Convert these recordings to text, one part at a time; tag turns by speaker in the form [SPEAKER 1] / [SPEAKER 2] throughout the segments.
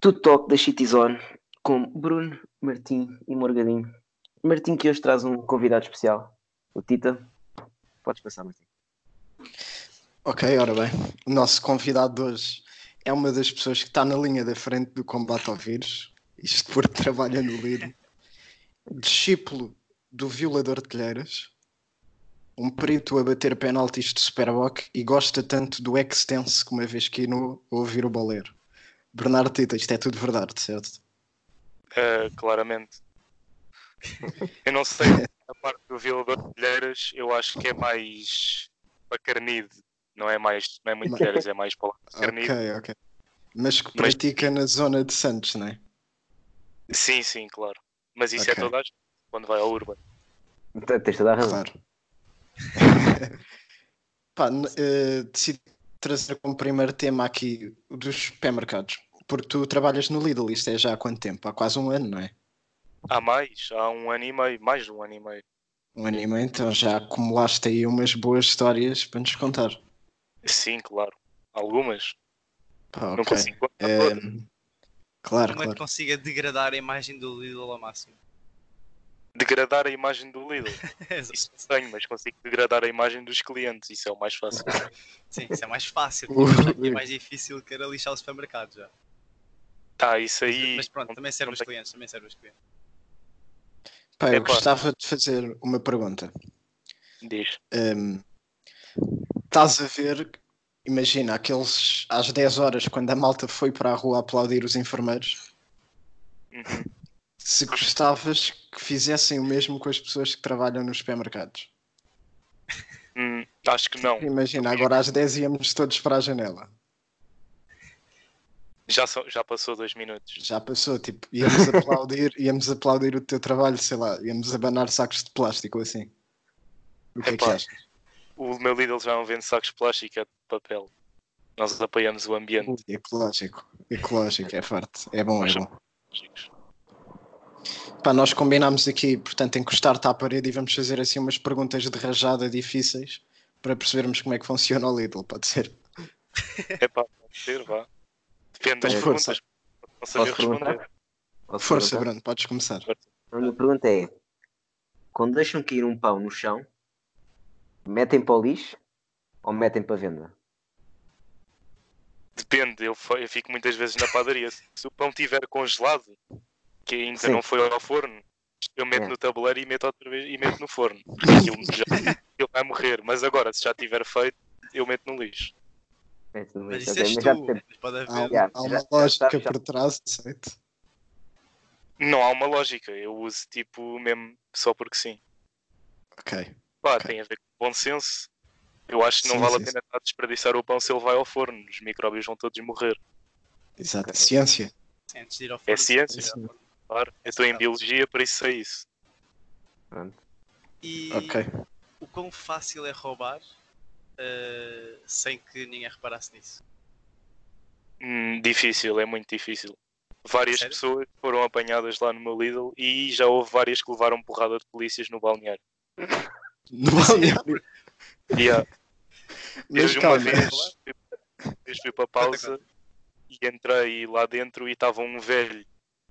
[SPEAKER 1] Tudo Talk da Citizone com Bruno, Martim e Morgadinho. Martim que hoje traz um convidado especial, o Tita. Podes passar, Martim.
[SPEAKER 2] Ok, ora bem. O nosso convidado de hoje é uma das pessoas que está na linha da frente do combate ao vírus, isto porque trabalha no líder, discípulo do violador de telheiras, um perito a bater penaltis de Superboc e gosta tanto do extense que uma vez que no ouvir o boleiro. Bernardo Tita, isto é tudo verdade, certo?
[SPEAKER 3] Uh, claramente. eu não sei a parte do violador de telheiras, eu acho que é mais bacarnido, não é mais não é muito telheiras, é mais para lá. Bacarnido.
[SPEAKER 2] Ok, ok. Mas que
[SPEAKER 3] Mas-
[SPEAKER 2] pratica na zona de Santos, não é?
[SPEAKER 3] Sim, sim, claro. Mas isso
[SPEAKER 2] Ok.
[SPEAKER 3] é toda a gente quando vai ao Urban.
[SPEAKER 1] T- Então, Tens toda a razão.
[SPEAKER 2] Claro. Pá, n- eh, decidi trazer como primeiro tema aqui o dos supermercados. Porque tu trabalhas no Lidl, isto é já há quanto tempo? Há quase um ano, não é?
[SPEAKER 3] Há mais, há um ano e meio, mais de um ano e meio.
[SPEAKER 2] Um ano e meio, então já acumulaste aí umas boas histórias para nos contar.
[SPEAKER 3] Sim, claro. Algumas.
[SPEAKER 2] Pá,
[SPEAKER 3] Não
[SPEAKER 2] ok.
[SPEAKER 3] consigo contar
[SPEAKER 2] Eh,
[SPEAKER 3] todas.
[SPEAKER 2] claro,
[SPEAKER 4] Como é que
[SPEAKER 2] claro.
[SPEAKER 4] consiga degradar a imagem do Lidl ao máximo?
[SPEAKER 3] Degradar a imagem do Lidl.
[SPEAKER 4] Exato.
[SPEAKER 3] Isso não tenho, mas consigo degradar a imagem dos clientes. Isso é o mais fácil.
[SPEAKER 4] Sim, isso é mais fácil.
[SPEAKER 2] Ui.
[SPEAKER 4] É mais difícil que era lixar o supermercado já.
[SPEAKER 3] Tá, isso aí.
[SPEAKER 4] Mas pronto, também serve
[SPEAKER 3] não
[SPEAKER 4] os
[SPEAKER 3] tem-
[SPEAKER 4] clientes, também serve os clientes.
[SPEAKER 2] Pá, eu
[SPEAKER 3] Epá.
[SPEAKER 2] gostava de fazer uma pergunta.
[SPEAKER 3] Diz.
[SPEAKER 2] Ehm, estás a ver, imagina, aqueles às 10 horas, quando a malta foi para a rua aplaudir os enfermeiros.
[SPEAKER 3] Uhum.
[SPEAKER 2] se gostavas que fizessem o mesmo com as pessoas que trabalham nos supermercados.
[SPEAKER 3] Hum, acho que não.
[SPEAKER 2] Imagina, agora às 10 íamos todos para a janela.
[SPEAKER 3] Já, são- já passou dois minutos.
[SPEAKER 2] Já passou, tipo, íamos aplaudir, íamos aplaudir o teu trabalho, sei lá, íamos abanar sacos de plástico ou assim. O que é que
[SPEAKER 3] Epá.
[SPEAKER 2] achas?
[SPEAKER 3] O meu Lidl já não vende sacos de plástico, é de papel. Nós apoiamos o ambiente.
[SPEAKER 2] Ecológico, ecológico, é forte, é bom, é
[SPEAKER 3] Mas-
[SPEAKER 2] bom. Pá, nós combinámos aqui, portanto, encostar-te à parede e vamos fazer assim umas perguntas de rajada difíceis para percebermos como é que funciona o Lidl, pode ser?
[SPEAKER 3] É pá, pode ser, vá. Depende das
[SPEAKER 2] Tens força.
[SPEAKER 3] perguntas. Não saber
[SPEAKER 1] Posso perguntar?
[SPEAKER 3] responder.
[SPEAKER 1] Posso
[SPEAKER 2] Força,
[SPEAKER 1] perguntar?
[SPEAKER 2] Bruno, podes começar.
[SPEAKER 1] A minha pergunta é: quando deixam cair um pão no chão, metem para o lixo ou metem para a venda?
[SPEAKER 3] Depende, eu, fa- eu fico muitas vezes na padaria. Se o pão estiver congelado, que ainda
[SPEAKER 1] Sim.
[SPEAKER 3] não foi ao forno, eu meto
[SPEAKER 1] É.
[SPEAKER 3] no tabuleiro e meto outra vez e meto no forno. Aquilo, já, aquilo vai morrer. Mas agora, se já tiver feito, eu meto no lixo.
[SPEAKER 1] Metem no
[SPEAKER 4] Mas
[SPEAKER 1] lixo,
[SPEAKER 4] isso
[SPEAKER 1] ok,
[SPEAKER 4] és
[SPEAKER 1] já
[SPEAKER 4] tu,
[SPEAKER 1] percebi.
[SPEAKER 4] mas pode
[SPEAKER 2] Há, um-
[SPEAKER 4] haver. um
[SPEAKER 1] Yeah,
[SPEAKER 2] há
[SPEAKER 1] já-
[SPEAKER 2] uma
[SPEAKER 1] já
[SPEAKER 2] lógica
[SPEAKER 1] sabes, já-
[SPEAKER 2] por trás, aceito.
[SPEAKER 3] Não há uma lógica. Eu uso tipo mesmo só porque sim.
[SPEAKER 2] Ok.
[SPEAKER 3] Pá,
[SPEAKER 2] Ok.
[SPEAKER 3] tem a ver com bom senso. Eu acho que não
[SPEAKER 2] Sim,
[SPEAKER 3] vale
[SPEAKER 2] sim,
[SPEAKER 3] a pena estar a desperdiçar o pão se ele vai ao forno. Os micróbios vão todos morrer.
[SPEAKER 2] Exato. Ciência.
[SPEAKER 4] Antes de ir ao
[SPEAKER 3] É
[SPEAKER 4] forno,
[SPEAKER 3] ciência,
[SPEAKER 2] Sim.
[SPEAKER 3] claro. Eu estou em biologia, para isso é isso.
[SPEAKER 4] E
[SPEAKER 2] Ok.
[SPEAKER 4] o quão fácil é roubar eh, sem que ninguém reparasse nisso?
[SPEAKER 3] Hum, difícil, é muito difícil. Várias
[SPEAKER 4] Sério?
[SPEAKER 3] pessoas foram apanhadas lá no meu Lidl e já houve várias que levaram porrada de polícias no balneário.
[SPEAKER 2] No balneário.
[SPEAKER 3] E há- eu
[SPEAKER 2] Mas
[SPEAKER 3] de uma
[SPEAKER 2] calma.
[SPEAKER 3] vez, uma vez fui para a pausa e entrei lá dentro e estava um velho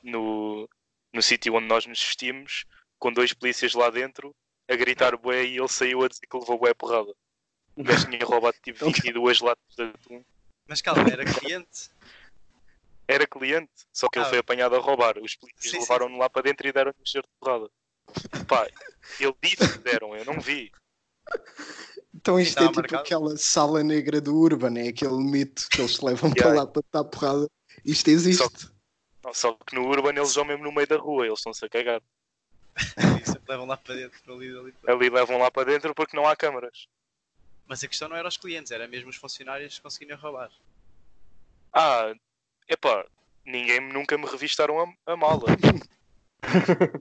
[SPEAKER 3] no, no sítio onde nós nos vestimos, com dois polícias lá dentro, a gritar bué e ele saiu a dizer que levou bué porrada. O gajo tinha roubado tipo
[SPEAKER 4] Então,
[SPEAKER 3] 22 latas de atum.
[SPEAKER 4] Mas calma, era cliente.
[SPEAKER 3] Era cliente, só que
[SPEAKER 4] Ah.
[SPEAKER 3] ele foi apanhado a roubar. Os polícias
[SPEAKER 4] Sim, sim,
[SPEAKER 3] levaram-no lá para dentro e deram-lhe um cheiro de porrada. Pá, ele disse que deram, eu não vi.
[SPEAKER 2] Então isto é
[SPEAKER 4] Estava
[SPEAKER 2] tipo
[SPEAKER 4] marcado.
[SPEAKER 2] aquela sala negra do Urban, é aquele mito que eles te levam
[SPEAKER 3] Yeah.
[SPEAKER 2] para lá para estar porrada. Isto existe.
[SPEAKER 3] Só Não, Só que no Urban eles vão mesmo no meio da rua, eles estão-se a cagar.
[SPEAKER 4] E sempre é levam lá para dentro, para o Lidl e tudo.
[SPEAKER 3] Ali levam lá para dentro porque não há câmaras.
[SPEAKER 4] Mas a questão não era os clientes, era mesmo os funcionários que conseguiam roubar.
[SPEAKER 3] Ah, epá, ninguém nunca me revistaram a, a mala.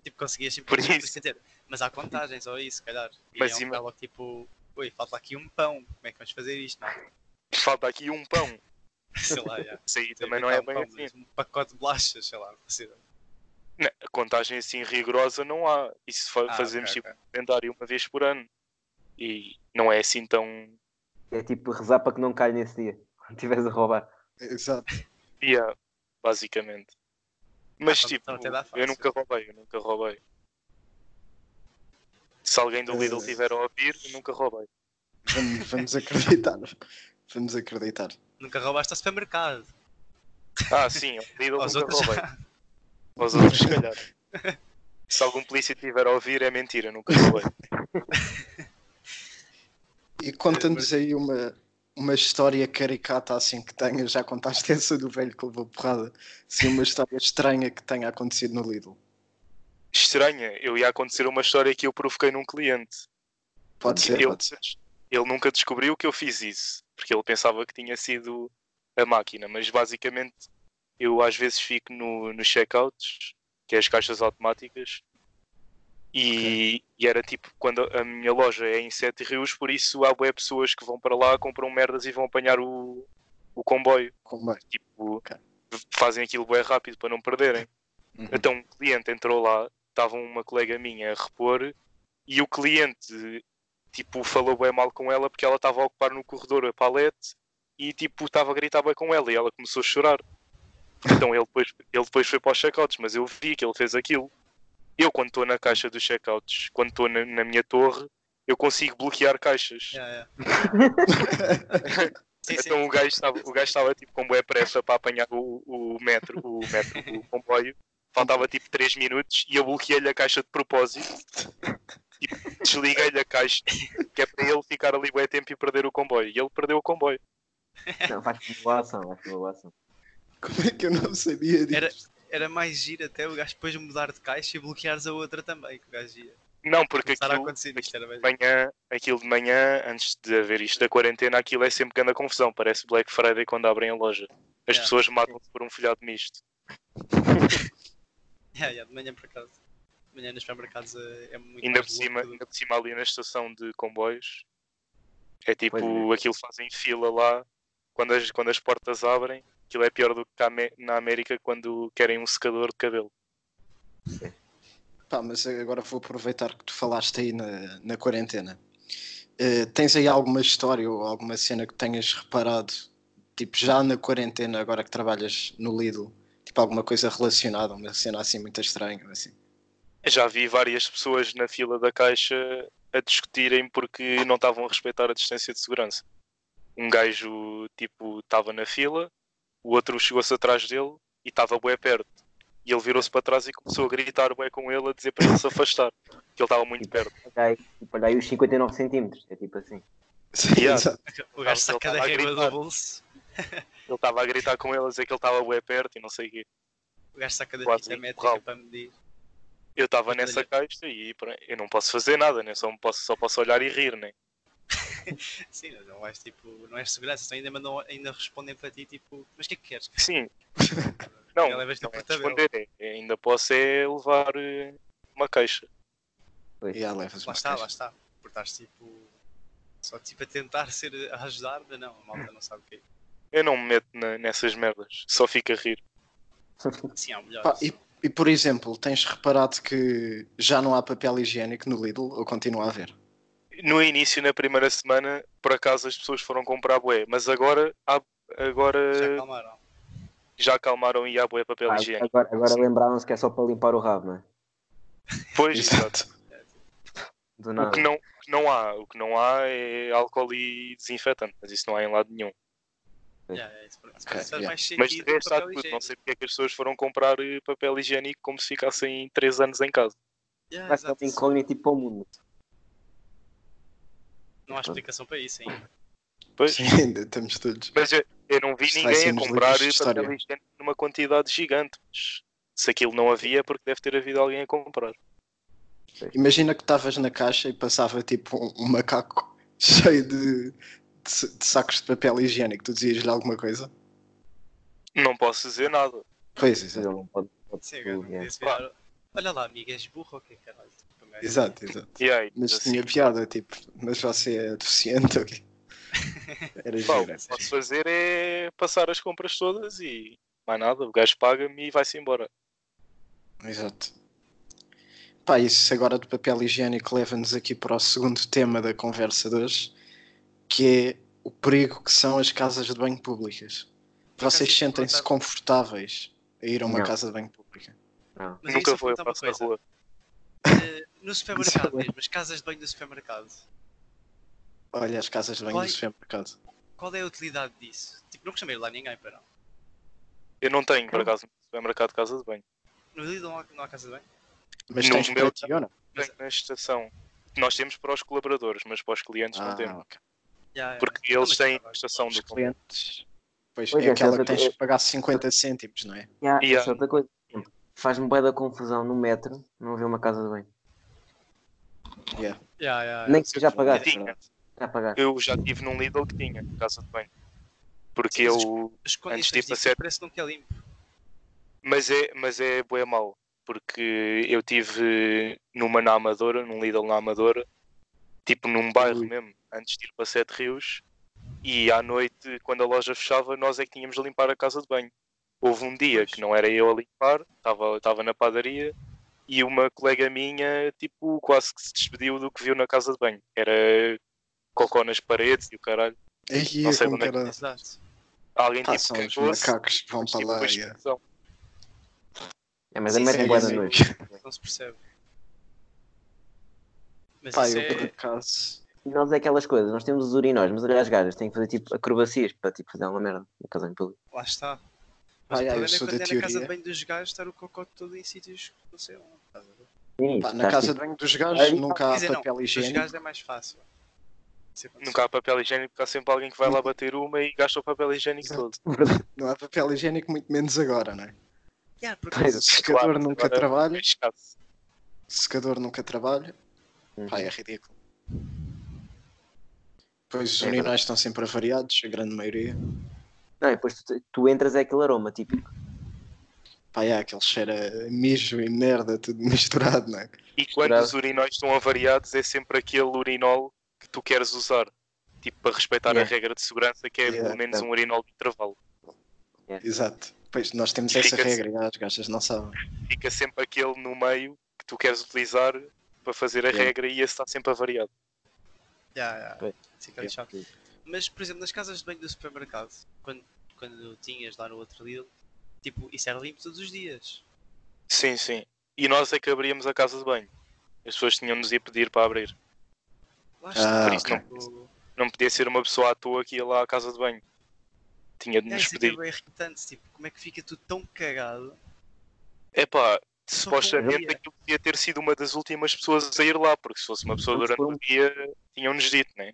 [SPEAKER 4] Tipo, conseguias sempre
[SPEAKER 3] Por
[SPEAKER 4] por isso.
[SPEAKER 3] isso.
[SPEAKER 4] Quer dizer, mas há contagens, ou isso, se calhar. E
[SPEAKER 3] Mas
[SPEAKER 4] é um
[SPEAKER 3] ima-
[SPEAKER 4] bocado logo tipo, ui, falta aqui um pão, como é que vamos fazer isto? Não?
[SPEAKER 3] Falta aqui um pão.
[SPEAKER 4] Sei lá, já.
[SPEAKER 3] Isso aí também não é
[SPEAKER 4] Um
[SPEAKER 3] bem
[SPEAKER 4] pão,
[SPEAKER 3] assim.
[SPEAKER 4] mas Um pacote de bolachas, sei lá. não sei.
[SPEAKER 3] Não, a contagem assim rigorosa não há. Isso fa-
[SPEAKER 4] Ah,
[SPEAKER 3] fazemos
[SPEAKER 4] ok,
[SPEAKER 3] tipo
[SPEAKER 4] ok.
[SPEAKER 3] um inventário uma vez por ano. E não é assim tão.
[SPEAKER 1] É tipo rezar para que não caia nesse dia, quando estiveres a roubar.
[SPEAKER 2] Exato.
[SPEAKER 3] Yeah. basicamente. Mas
[SPEAKER 4] Ah,
[SPEAKER 3] tipo,
[SPEAKER 4] então até dá
[SPEAKER 3] eu
[SPEAKER 4] fácil.
[SPEAKER 3] nunca roubei, eu nunca roubei. Se alguém do
[SPEAKER 4] é.
[SPEAKER 3] Lidl estiver a ouvir, eu nunca roubei.
[SPEAKER 2] Vamos, vamos acreditar. Vamos acreditar.
[SPEAKER 4] Nunca roubaste ao supermercado.
[SPEAKER 3] Ah, sim, ao Lidl
[SPEAKER 4] Aos
[SPEAKER 3] nunca
[SPEAKER 4] outros
[SPEAKER 3] roubei. Aos outros, se calhar. Se algum polícia estiver a ouvir, é mentira, nunca roubei.
[SPEAKER 2] E conta-nos aí uma, uma história caricata assim que tenhas. Já contaste essa do velho que levou porrada. Sim, uma história estranha que tenha acontecido no Lidl.
[SPEAKER 3] Estranha, eu ia acontecer uma história que eu provoquei num cliente.
[SPEAKER 2] Pode ser,
[SPEAKER 3] ele,
[SPEAKER 2] pode ser.
[SPEAKER 3] ele nunca descobriu que eu fiz isso, porque ele pensava que tinha sido a máquina, mas basicamente eu às vezes fico no, nos checkouts, que é as caixas automáticas, e, e era tipo quando a minha loja é em Sete Rios, por isso há bué pessoas que vão para lá, compram merdas e vão apanhar o, o comboio.
[SPEAKER 2] Como é?
[SPEAKER 3] Tipo,
[SPEAKER 2] Ok.
[SPEAKER 3] fazem aquilo bem rápido para não perderem.
[SPEAKER 5] Uhum.
[SPEAKER 3] Então um cliente entrou lá, estava uma colega minha a repor e o cliente tipo falou bem mal com ela porque ela estava a ocupar no corredor a palete e tipo estava a gritar bem com ela e ela começou a chorar. Então ele depois, ele depois foi para os checkouts, mas eu vi que ele fez aquilo. Eu quando estou na caixa dos checkouts, quando estou na, na minha torre, eu consigo bloquear caixas.
[SPEAKER 4] Yeah, yeah. sim, sim.
[SPEAKER 3] Então o gajo estava, o gajo estava tipo com boa pressa para apanhar o, o metro, o metro, o comboio. Faltava tipo 3 minutos e eu bloqueei-lhe a caixa de propósito. Tipo, desliguei-lhe a caixa, que é para ele ficar ali bem tempo e perder o comboio. E ele perdeu o comboio.
[SPEAKER 1] Não, vai com boa ação, vai com boa ação.
[SPEAKER 2] Como é que eu não sabia disso?
[SPEAKER 4] Era, era mais giro até o gajo depois mudar de caixa e bloqueares a outra também, que o gajo ia.
[SPEAKER 3] Não, porque
[SPEAKER 4] Começar a
[SPEAKER 3] aquilo,
[SPEAKER 4] acontecer isto, era mais
[SPEAKER 3] de manhã, aquilo de manhã, antes de haver isto da quarentena, aquilo é sempre grande a confusão. Parece Black Friday quando abrem a loja. As
[SPEAKER 4] Yeah.
[SPEAKER 3] pessoas matam-se por um folhado misto.
[SPEAKER 4] Yeah, yeah, de manhã por acaso. De manhã nos supermercados eh, é muito
[SPEAKER 3] ainda
[SPEAKER 4] mais
[SPEAKER 3] por, cima,
[SPEAKER 4] louco do-
[SPEAKER 3] ainda por cima ali na estação de comboios é tipo
[SPEAKER 1] Pois
[SPEAKER 3] aquilo fazem fila lá quando as, quando as portas abrem aquilo é pior do que cá me- na América quando querem um secador de cabelo
[SPEAKER 2] Pá, mas agora vou aproveitar que tu falaste aí na, na quarentena. Eh, tens aí alguma história ou alguma cena que tenhas reparado, tipo já na quarentena, agora que trabalhas no Lidl, tipo alguma coisa relacionada, uma cena assim muito estranha, ou assim.
[SPEAKER 3] Eu já vi várias pessoas na fila da caixa a discutirem porque não estavam a respeitar a distância de segurança um gajo tipo estava na fila o outro chegou-se atrás dele e estava bué perto e ele virou-se para trás e começou a gritar bué com ele a dizer para ele se afastar que ele estava muito perto
[SPEAKER 1] Olha aí, tipo, olha aí os 59 centímetros, é tipo assim.
[SPEAKER 3] Yeah.
[SPEAKER 2] Exato.
[SPEAKER 4] O gajo
[SPEAKER 3] Ele
[SPEAKER 4] saca da
[SPEAKER 3] tava a
[SPEAKER 4] régua do
[SPEAKER 3] gritar.
[SPEAKER 4] bolso,
[SPEAKER 3] Ele estava a gritar com ele a dizer que ele estava bué perto e não sei o quê.
[SPEAKER 4] o gajo saca da
[SPEAKER 3] Quase
[SPEAKER 4] fita
[SPEAKER 3] um
[SPEAKER 4] métrica
[SPEAKER 3] corral.
[SPEAKER 4] para medir.
[SPEAKER 3] Eu estava nessa caixa e pronto, eu não posso fazer nada, né? só, me posso, só posso olhar e rir, né?
[SPEAKER 4] Sim, mas não és tipo, não és segurança, então ainda, mandam, ainda respondem para ti tipo, mas o que é que queres?
[SPEAKER 3] Sim. Não,
[SPEAKER 4] Ela
[SPEAKER 3] não é
[SPEAKER 4] levas-te para tabela.
[SPEAKER 3] responder, é, é, ainda posso é levar eh, uma caixa.
[SPEAKER 1] Pois.
[SPEAKER 2] E há levas
[SPEAKER 4] Lá
[SPEAKER 2] uma
[SPEAKER 4] está, lá
[SPEAKER 2] queixa.
[SPEAKER 4] está. Porque estás tipo. Só tipo a tentar ser a ajudar, mas não, a malta não sabe o que
[SPEAKER 3] Eu não me meto na- nessas merdas, só fico a rir.
[SPEAKER 4] é. Sim, há melhor.
[SPEAKER 2] Pá, e, e, por exemplo, tens reparado que já não há papel higiênico no Lidl ou continua a haver?
[SPEAKER 3] No início, na primeira semana, por acaso as pessoas foram comprar bué, mas agora, há-
[SPEAKER 4] Já
[SPEAKER 3] agora
[SPEAKER 4] calmaram.
[SPEAKER 3] já acalmaram e há bué papel
[SPEAKER 1] Ah,
[SPEAKER 3] higiênico.
[SPEAKER 1] agora agora lembraram-se que é só para limpar o rabo, não é?
[SPEAKER 3] Pois, exato.
[SPEAKER 1] Do
[SPEAKER 3] O
[SPEAKER 1] nada.
[SPEAKER 3] que, não, o que não há, o que não há é álcool e desinfetante, mas isso não há em lado nenhum.
[SPEAKER 1] Pois.
[SPEAKER 4] Yeah, é, isso parece-
[SPEAKER 2] Ok,
[SPEAKER 4] isso faz
[SPEAKER 2] yeah.
[SPEAKER 4] mais sentido.
[SPEAKER 3] Mas de
[SPEAKER 4] do
[SPEAKER 3] resto está
[SPEAKER 4] papel
[SPEAKER 3] tudo. Não
[SPEAKER 4] higiênico.
[SPEAKER 3] sei porque é que as pessoas foram comprar eh, papel higiênico como se ficassem 3 anos em casa.
[SPEAKER 4] Yeah,
[SPEAKER 1] Vai ser
[SPEAKER 4] exato,
[SPEAKER 1] um
[SPEAKER 4] isso-
[SPEAKER 1] incógnito para o mundo.
[SPEAKER 4] Não há explicação para isso ainda.
[SPEAKER 3] Pois.
[SPEAKER 2] Sim, ainda estamos todos.
[SPEAKER 3] Mas eu, eu não vi
[SPEAKER 2] Isto vai
[SPEAKER 3] ninguém
[SPEAKER 2] ser
[SPEAKER 3] a
[SPEAKER 2] nos
[SPEAKER 3] comprar
[SPEAKER 2] livros de
[SPEAKER 3] eh,
[SPEAKER 2] história.
[SPEAKER 3] papel higiênico numa quantidade gigante. Mas se aquilo não havia, é porque deve ter havido alguém a comprar.
[SPEAKER 2] Imagina que estavas na caixa e passava tipo um, um macaco cheio de, de sa- de sacos de papel higiênico. Tu dizias-lhe alguma coisa?
[SPEAKER 3] Não posso dizer nada.
[SPEAKER 2] Pois, exato.
[SPEAKER 1] Ele não pode- pode um
[SPEAKER 4] Sim, agora
[SPEAKER 1] tudo,
[SPEAKER 3] é.
[SPEAKER 4] não podia
[SPEAKER 1] yeah.
[SPEAKER 4] se virar. Olha lá, amiga, és burro ou o que é caralho? Tipo, um gajo-
[SPEAKER 2] Exato, exato.
[SPEAKER 3] E aí,
[SPEAKER 2] Mas
[SPEAKER 3] assim,
[SPEAKER 2] tinha piada, tipo, mas você é deficiente. ok? Era
[SPEAKER 3] pá, o
[SPEAKER 2] gira.
[SPEAKER 3] que posso fazer é passar as compras todas e mais nada. O gajo paga-me e vai-se embora.
[SPEAKER 2] Exato. Pá, isso agora do papel higiênico leva-nos aqui para o segundo tema da conversa de hoje, que é o perigo que são as casas de banho públicas. Vocês
[SPEAKER 4] acaso, por
[SPEAKER 2] sentem-se
[SPEAKER 4] acaso-
[SPEAKER 2] confortáveis a ir a uma
[SPEAKER 1] Não.
[SPEAKER 2] casa de banho pública?
[SPEAKER 1] Não.
[SPEAKER 4] Mas
[SPEAKER 3] Nunca
[SPEAKER 4] isso
[SPEAKER 3] vou, eu
[SPEAKER 4] aponta uma
[SPEAKER 3] passo na
[SPEAKER 4] coisa.
[SPEAKER 3] rua.
[SPEAKER 4] Eh,
[SPEAKER 2] Isso
[SPEAKER 4] no
[SPEAKER 2] é
[SPEAKER 4] supermercado
[SPEAKER 2] bem.
[SPEAKER 4] mesmo, as casas de banho do supermercado.
[SPEAKER 2] Olha, as casas de banho
[SPEAKER 4] Vai.
[SPEAKER 2] do supermercado.
[SPEAKER 4] Qual é a utilidade disso? Tipo, não chamei lá ninguém para não.
[SPEAKER 3] Eu não tenho, por acaso, supermercado de casa de banho.
[SPEAKER 4] No Lidl não há, não há casa de banho?
[SPEAKER 2] Mas
[SPEAKER 3] No
[SPEAKER 2] tens para
[SPEAKER 3] meu-
[SPEAKER 2] ti ou não?
[SPEAKER 3] Tenho na estação. Nós temos para os colaboradores, mas para os clientes não temos.
[SPEAKER 2] Ah, ok.
[SPEAKER 4] Já, já.
[SPEAKER 3] Porque
[SPEAKER 4] Não,
[SPEAKER 3] eles
[SPEAKER 4] mas
[SPEAKER 3] têm
[SPEAKER 4] tá
[SPEAKER 3] a
[SPEAKER 4] bem.
[SPEAKER 3] estação
[SPEAKER 2] Os
[SPEAKER 3] do
[SPEAKER 2] clientes. Pois
[SPEAKER 1] Pois
[SPEAKER 2] é
[SPEAKER 1] é,
[SPEAKER 2] aquela
[SPEAKER 1] certo,
[SPEAKER 2] que tens
[SPEAKER 1] eu-
[SPEAKER 2] de pagar 50 cêntimos, não é?
[SPEAKER 1] Yeah,
[SPEAKER 3] Yeah.
[SPEAKER 1] Essa é outra coisa. Faz-me bué da confusão no metro não haver uma casa de banho.
[SPEAKER 4] Já, já, já.
[SPEAKER 1] Nem que seja a pagar.
[SPEAKER 4] Tipo,
[SPEAKER 3] Sim.
[SPEAKER 1] Já pagar.
[SPEAKER 3] Eu já estive num Lidl que tinha casa de banho. Porque
[SPEAKER 4] Sim, mas
[SPEAKER 3] eu.
[SPEAKER 4] As
[SPEAKER 3] Antes
[SPEAKER 4] condições
[SPEAKER 3] tive
[SPEAKER 4] disso,
[SPEAKER 3] a ser-
[SPEAKER 4] parece que não quer limpo.
[SPEAKER 3] Mas é, mas é bué mau. Porque eu tive numa na Amadora, num Lidl na Amadora, tipo num bairro
[SPEAKER 2] Ui.
[SPEAKER 3] mesmo, antes de ir para Sete Rios. E à noite, quando a loja fechava, nós é que tínhamos de limpar a casa de banho. Houve um dia
[SPEAKER 4] Pois.
[SPEAKER 3] que não era eu a limpar, estava estava na padaria e uma colega minha, tipo, quase que se despediu do que viu na casa de banho. Era cocó nas paredes e o caralho.
[SPEAKER 2] Aí
[SPEAKER 3] Não
[SPEAKER 2] é
[SPEAKER 3] sei
[SPEAKER 2] como
[SPEAKER 3] onde é que
[SPEAKER 2] caralho.
[SPEAKER 4] Exato.
[SPEAKER 3] Alguém
[SPEAKER 2] Pá,
[SPEAKER 3] tipo
[SPEAKER 2] Ah, são os
[SPEAKER 3] cagou-se,
[SPEAKER 2] macacos que vão
[SPEAKER 3] mas,
[SPEAKER 2] para
[SPEAKER 3] tipo,
[SPEAKER 2] lá.
[SPEAKER 3] foi
[SPEAKER 2] yeah.
[SPEAKER 3] expulsão.
[SPEAKER 1] É, mas
[SPEAKER 4] Sim,
[SPEAKER 1] é
[SPEAKER 4] sim,
[SPEAKER 1] metro bué da
[SPEAKER 4] sim.
[SPEAKER 1] noite.
[SPEAKER 4] Não se percebe. Mas
[SPEAKER 2] Pá,
[SPEAKER 4] isso
[SPEAKER 2] eu por
[SPEAKER 4] é...
[SPEAKER 2] acaso.
[SPEAKER 1] E nós é aquelas coisas, nós temos os urinóis, mas as gajas têm que fazer tipo acrobacias para tipo, fazer uma merda no casamento público.
[SPEAKER 4] Lá está.
[SPEAKER 2] Pá,
[SPEAKER 4] Mas
[SPEAKER 2] yeah,
[SPEAKER 4] o
[SPEAKER 2] eu
[SPEAKER 4] problema é
[SPEAKER 2] sou
[SPEAKER 4] quando
[SPEAKER 2] da
[SPEAKER 4] é na casa de
[SPEAKER 2] teoria.
[SPEAKER 4] banho dos gajos estar o cocó todo em sítios que não sei onde. estás a ver?
[SPEAKER 1] Sim,
[SPEAKER 2] Pá,
[SPEAKER 1] isto
[SPEAKER 2] na
[SPEAKER 1] está,
[SPEAKER 2] casa
[SPEAKER 1] tipo,
[SPEAKER 2] de banho dos gajos
[SPEAKER 1] Aí-
[SPEAKER 2] nunca há
[SPEAKER 4] Quer dizer, não,
[SPEAKER 2] Ah, papel
[SPEAKER 4] Dos
[SPEAKER 2] higiênico.
[SPEAKER 4] gajos é mais fácil. Isso acontece.
[SPEAKER 3] Nunca há papel higiênico, porque há sempre alguém que vai lá bater uma e gasta o papel higiênico
[SPEAKER 2] Exato.
[SPEAKER 3] todo.
[SPEAKER 2] Não há papel higiênico, muito menos agora, não é?
[SPEAKER 4] Yeah, por
[SPEAKER 1] Pois,
[SPEAKER 2] O
[SPEAKER 4] acaso,
[SPEAKER 2] secador
[SPEAKER 3] claro,
[SPEAKER 2] nunca
[SPEAKER 3] agora-
[SPEAKER 2] trabalha.
[SPEAKER 3] É escasso.
[SPEAKER 2] O secador nunca trabalha.
[SPEAKER 1] Uhum.
[SPEAKER 2] Pá, é ridículo. Pois os
[SPEAKER 1] É verdade.
[SPEAKER 2] urinais estão sempre avariados, a grande maioria.
[SPEAKER 1] Não, e depois tu, tu entras é aquele aroma típico.
[SPEAKER 2] Pá, é, aquele cheiro a mijo e merda, tudo misturado, não é?
[SPEAKER 3] E quando
[SPEAKER 1] Misturado.
[SPEAKER 3] os urinóis estão avariados, é sempre aquele urinol que tu queres usar. Tipo, para respeitar
[SPEAKER 1] Yeah.
[SPEAKER 3] a regra de segurança, que é
[SPEAKER 2] Yeah,
[SPEAKER 3] pelo menos
[SPEAKER 2] tá.
[SPEAKER 3] um urinol de intervalo.
[SPEAKER 2] Exato. Pois nós temos essa
[SPEAKER 3] Fica-se-
[SPEAKER 2] regra, e as gajas não sabem.
[SPEAKER 3] Fica sempre aquele no meio que tu queres utilizar para fazer a
[SPEAKER 1] Yeah.
[SPEAKER 3] regra e esse está sempre avariado.
[SPEAKER 4] yeah, yeah.
[SPEAKER 1] Pois.
[SPEAKER 4] Fica é chato.
[SPEAKER 1] tipo,
[SPEAKER 4] Mas, por exemplo, nas casas de banho do supermercado, quando, quando tinhas lá no outro Lidl, tipo, isso era limpo todos os dias.
[SPEAKER 3] Sim, sim. E nós é que abríamos a casa de banho. As pessoas tinham-nos ir pedir para abrir.
[SPEAKER 4] Lá
[SPEAKER 2] Ah,
[SPEAKER 4] está.
[SPEAKER 3] ok.
[SPEAKER 4] tipo,
[SPEAKER 3] Não podia ser uma pessoa à toa que ia lá à casa de banho. Tinha de
[SPEAKER 4] yeah,
[SPEAKER 3] nos
[SPEAKER 4] isso é que é
[SPEAKER 3] pedir.
[SPEAKER 4] bem irritante. Tipo, como é que fica tudo tão cagado?
[SPEAKER 3] Epá,
[SPEAKER 4] Só com um
[SPEAKER 3] supostamente
[SPEAKER 4] dia.
[SPEAKER 3] aquilo podia ter sido uma das últimas pessoas a ir lá, porque se fosse uma pessoa
[SPEAKER 1] Vamos
[SPEAKER 3] durante
[SPEAKER 1] por um-
[SPEAKER 3] o dia, tinham-nos dito, né?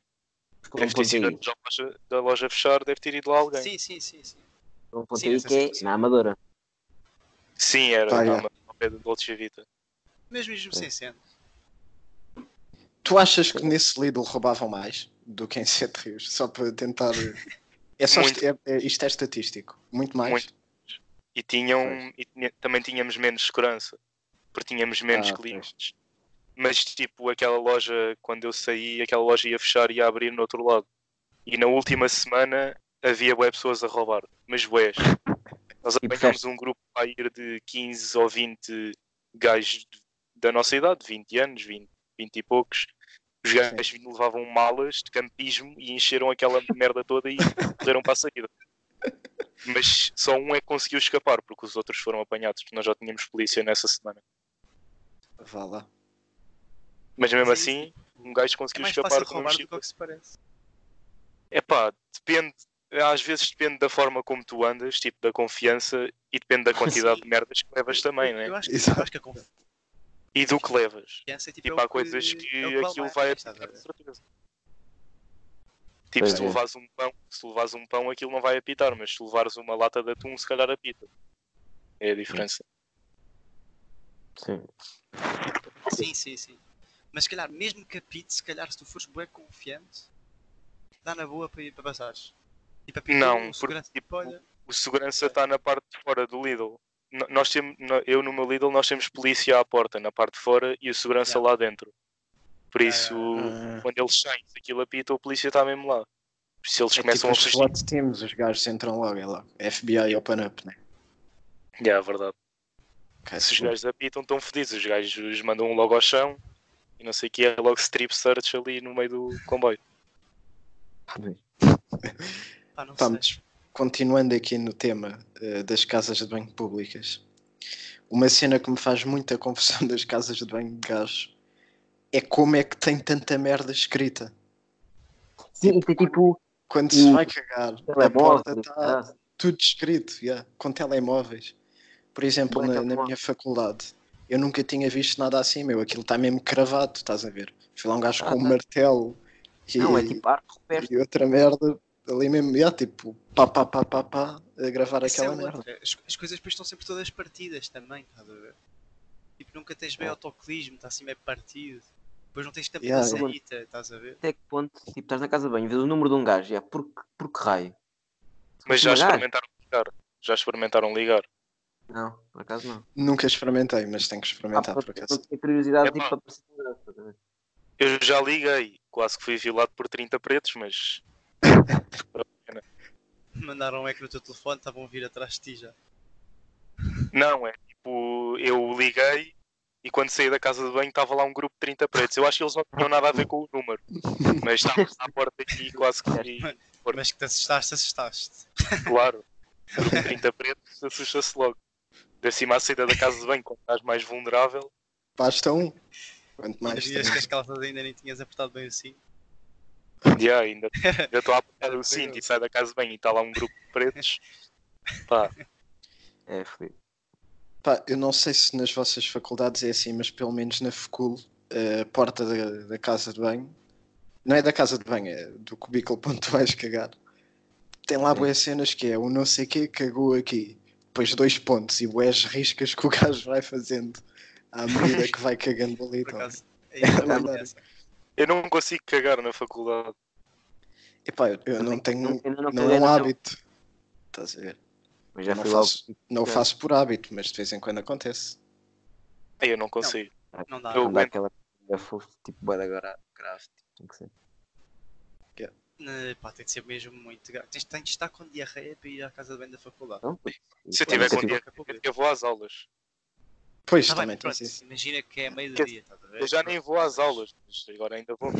[SPEAKER 1] Porque um
[SPEAKER 3] Deve ter
[SPEAKER 1] ponto
[SPEAKER 3] sido
[SPEAKER 1] aí,
[SPEAKER 3] antes da loja, da loja fechar, deve ter ido lá alguém. Sim,
[SPEAKER 4] Sim, sim, sim. sim.
[SPEAKER 1] um ponto
[SPEAKER 4] Sim,
[SPEAKER 1] aí
[SPEAKER 4] essa
[SPEAKER 1] que é
[SPEAKER 4] situação.
[SPEAKER 1] na Amadora.
[SPEAKER 3] era
[SPEAKER 2] Pá,
[SPEAKER 3] ah,
[SPEAKER 2] yeah.
[SPEAKER 3] ao pé do Dolce Vita.
[SPEAKER 4] Mesmo, mesmo
[SPEAKER 1] Sim.
[SPEAKER 4] sem sendo.
[SPEAKER 2] Tu achas que nesse Lidl roubavam mais do que em Sete Rios? Só para tentar. É só
[SPEAKER 3] Muito.
[SPEAKER 2] é- é- isto é estatístico. Muito mais.
[SPEAKER 3] Muito. E, tinham, e tinha- também tínhamos menos segurança, porque tínhamos menos
[SPEAKER 2] Ah,
[SPEAKER 3] clientes. Mas, tipo, aquela loja, quando eu saí, aquela loja ia fechar e ia abrir no outro lado. E na última semana havia bué pessoas a roubar, mas bués. Nós
[SPEAKER 1] E
[SPEAKER 3] apanhámos um grupo a ir de 15 ou 20 gajos da nossa idade, 20 anos, 20, 20 e poucos. Os gajos levavam malas de campismo e encheram aquela merda toda e correram para a saída. Mas só um é que conseguiu escapar, porque os outros foram apanhados. Nós já tínhamos polícia nessa semana.
[SPEAKER 2] Vá lá.
[SPEAKER 3] Mas mesmo
[SPEAKER 4] Mas é
[SPEAKER 3] assim, um gajo
[SPEAKER 4] É
[SPEAKER 3] conseguiu
[SPEAKER 4] mais
[SPEAKER 3] escapar
[SPEAKER 4] fácil
[SPEAKER 3] com um
[SPEAKER 4] roubar do
[SPEAKER 3] mochila.
[SPEAKER 4] que ao que se parece.
[SPEAKER 3] É pá, depende. Às vezes depende da forma como tu andas, tipo da confiança, e depende da quantidade de merdas que levas também,
[SPEAKER 4] Eu-
[SPEAKER 3] né?
[SPEAKER 4] Eu acho,
[SPEAKER 2] Exato.
[SPEAKER 4] eu acho que a confiança
[SPEAKER 3] E do que levas.
[SPEAKER 4] é tipo.
[SPEAKER 3] Tipo,
[SPEAKER 4] é o
[SPEAKER 3] há coisas que,
[SPEAKER 4] é o vale
[SPEAKER 3] aquilo
[SPEAKER 4] mais,
[SPEAKER 3] vai a
[SPEAKER 4] estás a
[SPEAKER 3] picar, de
[SPEAKER 4] ver?
[SPEAKER 3] certeza. Tipo, se
[SPEAKER 1] Pois
[SPEAKER 3] tu
[SPEAKER 1] é.
[SPEAKER 3] levas um pão, se tu levas um pão, aquilo não vai apitar, mas se tu levares uma lata de atum, se calhar apita. É a diferença.
[SPEAKER 1] Sim.
[SPEAKER 4] Sim, sim, sim. Mas se calhar, mesmo que apite, se calhar, se tu fores bué confiante, dá na boa para ir para passares. Tipo, apita
[SPEAKER 3] Não,
[SPEAKER 4] um
[SPEAKER 3] porque,
[SPEAKER 4] segurança,
[SPEAKER 3] tipo,
[SPEAKER 4] olha,
[SPEAKER 3] O segurança está na parte de fora do Lidl. N- Nós temos, no- eu no meu Lidl, nós temos polícia à porta, na parte de fora, e o segurança
[SPEAKER 4] Yeah.
[SPEAKER 3] lá dentro. Por
[SPEAKER 4] Yeah,
[SPEAKER 3] isso,
[SPEAKER 2] Ah.
[SPEAKER 3] quando eles saem, se aquilo apita, o polícia está mesmo lá. Se eles
[SPEAKER 2] É
[SPEAKER 3] começam
[SPEAKER 2] tipo os
[SPEAKER 3] a fugir,
[SPEAKER 2] SWAT teams, os gajos entram logo, é logo. FBI open up, né?
[SPEAKER 3] Yeah, é verdade.
[SPEAKER 2] Ok,
[SPEAKER 3] Se os gajos apitam, estão fodidos. Os gajos os mandam um logo ao chão e não sei o que é, logo strip search ali no meio do comboio.
[SPEAKER 4] pá, não
[SPEAKER 2] Pá,
[SPEAKER 4] sei.
[SPEAKER 2] Então, mas continuando aqui no tema eh, das casas de banho públicas, uma cena que me faz muita confusão das casas de banho de gajos é como é que tem tanta merda escrita.
[SPEAKER 1] Sim, e tem tipo Ah,
[SPEAKER 2] Quando se
[SPEAKER 1] Hum.
[SPEAKER 2] vai cagar, a tá- porta
[SPEAKER 1] telemóvel.
[SPEAKER 2] está tudo escrito, yeah, com telemóveis. Por exemplo,
[SPEAKER 1] Bué
[SPEAKER 2] na, na
[SPEAKER 1] telemóvel.
[SPEAKER 2] minha faculdade, eu nunca tinha visto nada assim, meu. Aquilo está mesmo cravado, estás a ver? Foi lá um gajo
[SPEAKER 1] Ah,
[SPEAKER 2] com um
[SPEAKER 1] tá.
[SPEAKER 2] martelo e,
[SPEAKER 1] Não, é tipo arte rupestre.
[SPEAKER 2] e outra merda ali mesmo, yeah, tipo, pá, pá, pá, pá, pá, a gravar
[SPEAKER 4] Essa é
[SPEAKER 2] aquela merda.
[SPEAKER 4] outra. As, as coisas depois estão sempre todas partidas também, estás a ver? Tipo, nunca tens
[SPEAKER 3] Ah.
[SPEAKER 4] bem autocolismo, está assim meio partido. Depois não tens tampa
[SPEAKER 2] Yeah,
[SPEAKER 4] da
[SPEAKER 1] yeah.
[SPEAKER 4] sanita, estás a ver?
[SPEAKER 1] Até que ponto, tipo, estás na casa de banho, vês o número de um gajo, já, por, que- por que raio? Tipo,
[SPEAKER 3] Mas já
[SPEAKER 1] Devagar.
[SPEAKER 3] experimentaram ligar. Já experimentaram ligar.
[SPEAKER 1] Não, por acaso não. Ah,
[SPEAKER 2] Nunca experimentei, mas tenho que
[SPEAKER 1] Há
[SPEAKER 2] experimentar, tá, por
[SPEAKER 1] pessoas que
[SPEAKER 2] acaso.
[SPEAKER 1] têm curiosidade
[SPEAKER 3] É
[SPEAKER 1] tipo,
[SPEAKER 3] pá.
[SPEAKER 1] para perceber. estás a ver?
[SPEAKER 3] Eu já liguei. Quase que fui violado por 30 pretos, mas
[SPEAKER 4] Mandaram um eco no teu telefone, estavam a vir atrás de ti já.
[SPEAKER 3] Não, é tipo, eu liguei e quando saí da casa de banho estava lá um grupo de 30 pretos. Eu acho que eles não tinham nada a ver com o número, mas estavam à porta aqui quase que vi, Porra.
[SPEAKER 4] Mas que te assustaste, assustaste.
[SPEAKER 3] claro. Um grupo de 30 pretos assusta-se logo. De cima à saída da casa de banho, quando estás mais vulnerável,
[SPEAKER 2] Basta um. Quanto
[SPEAKER 4] Ainda
[SPEAKER 2] mais.
[SPEAKER 4] vias que
[SPEAKER 2] tem.
[SPEAKER 4] as calças ainda nem tinhas apertado bem assim.
[SPEAKER 3] yeah, ainda ainda estou a apertar o cinto e saio da casa de banho e está lá um grupo de pretos. Pá,
[SPEAKER 1] É, fodido.
[SPEAKER 2] Pá, eu não sei se nas vossas faculdades é assim, mas pelo menos na FECUL, a porta da, da casa de banho, não é da casa de banho, é do cubículo onde tu vais cagar. Tem lá
[SPEAKER 1] Sim.
[SPEAKER 2] boas cenas que é o não sei quê cagou aqui, depois dois pontos e boas riscas que o gajo vai fazendo à medida que vai cagando ali.
[SPEAKER 4] Por
[SPEAKER 2] então.
[SPEAKER 4] acaso. É
[SPEAKER 2] verdade.
[SPEAKER 4] isso.
[SPEAKER 3] eu não consigo cagar na faculdade.
[SPEAKER 2] Epá, eu, eu não tenho,
[SPEAKER 1] Eu ainda não
[SPEAKER 2] não
[SPEAKER 1] caguei
[SPEAKER 2] é um
[SPEAKER 1] no meu,
[SPEAKER 2] hábito. Estás a ver?
[SPEAKER 1] Mas já
[SPEAKER 2] não
[SPEAKER 1] fui lá.
[SPEAKER 2] faço, não
[SPEAKER 1] Ok.
[SPEAKER 2] faço por hábito, mas de vez em quando acontece.
[SPEAKER 3] Ei, Eu não consigo.
[SPEAKER 4] Não dá.
[SPEAKER 3] Eu-
[SPEAKER 1] Não dá aquela da fofa, tipo, boa agora, grave, tipo, tem que ser.
[SPEAKER 4] Eh, Pá, tem de ser mesmo muito grave. Tens, tens de estar com diarreia para ir à casa de banho da faculdade.
[SPEAKER 1] Não?
[SPEAKER 3] Se eu
[SPEAKER 1] Quando
[SPEAKER 3] tiver
[SPEAKER 1] você
[SPEAKER 3] com
[SPEAKER 1] tiver-
[SPEAKER 3] dia, eu vou às aulas.
[SPEAKER 2] Pois,
[SPEAKER 4] Tá é. bem,
[SPEAKER 2] também tem
[SPEAKER 4] pronto,
[SPEAKER 2] isso.
[SPEAKER 4] Imagina que é meio
[SPEAKER 3] Quer
[SPEAKER 4] do dia, estás a ver?
[SPEAKER 3] Eu já nem vou às aulas, mas agora ainda vou.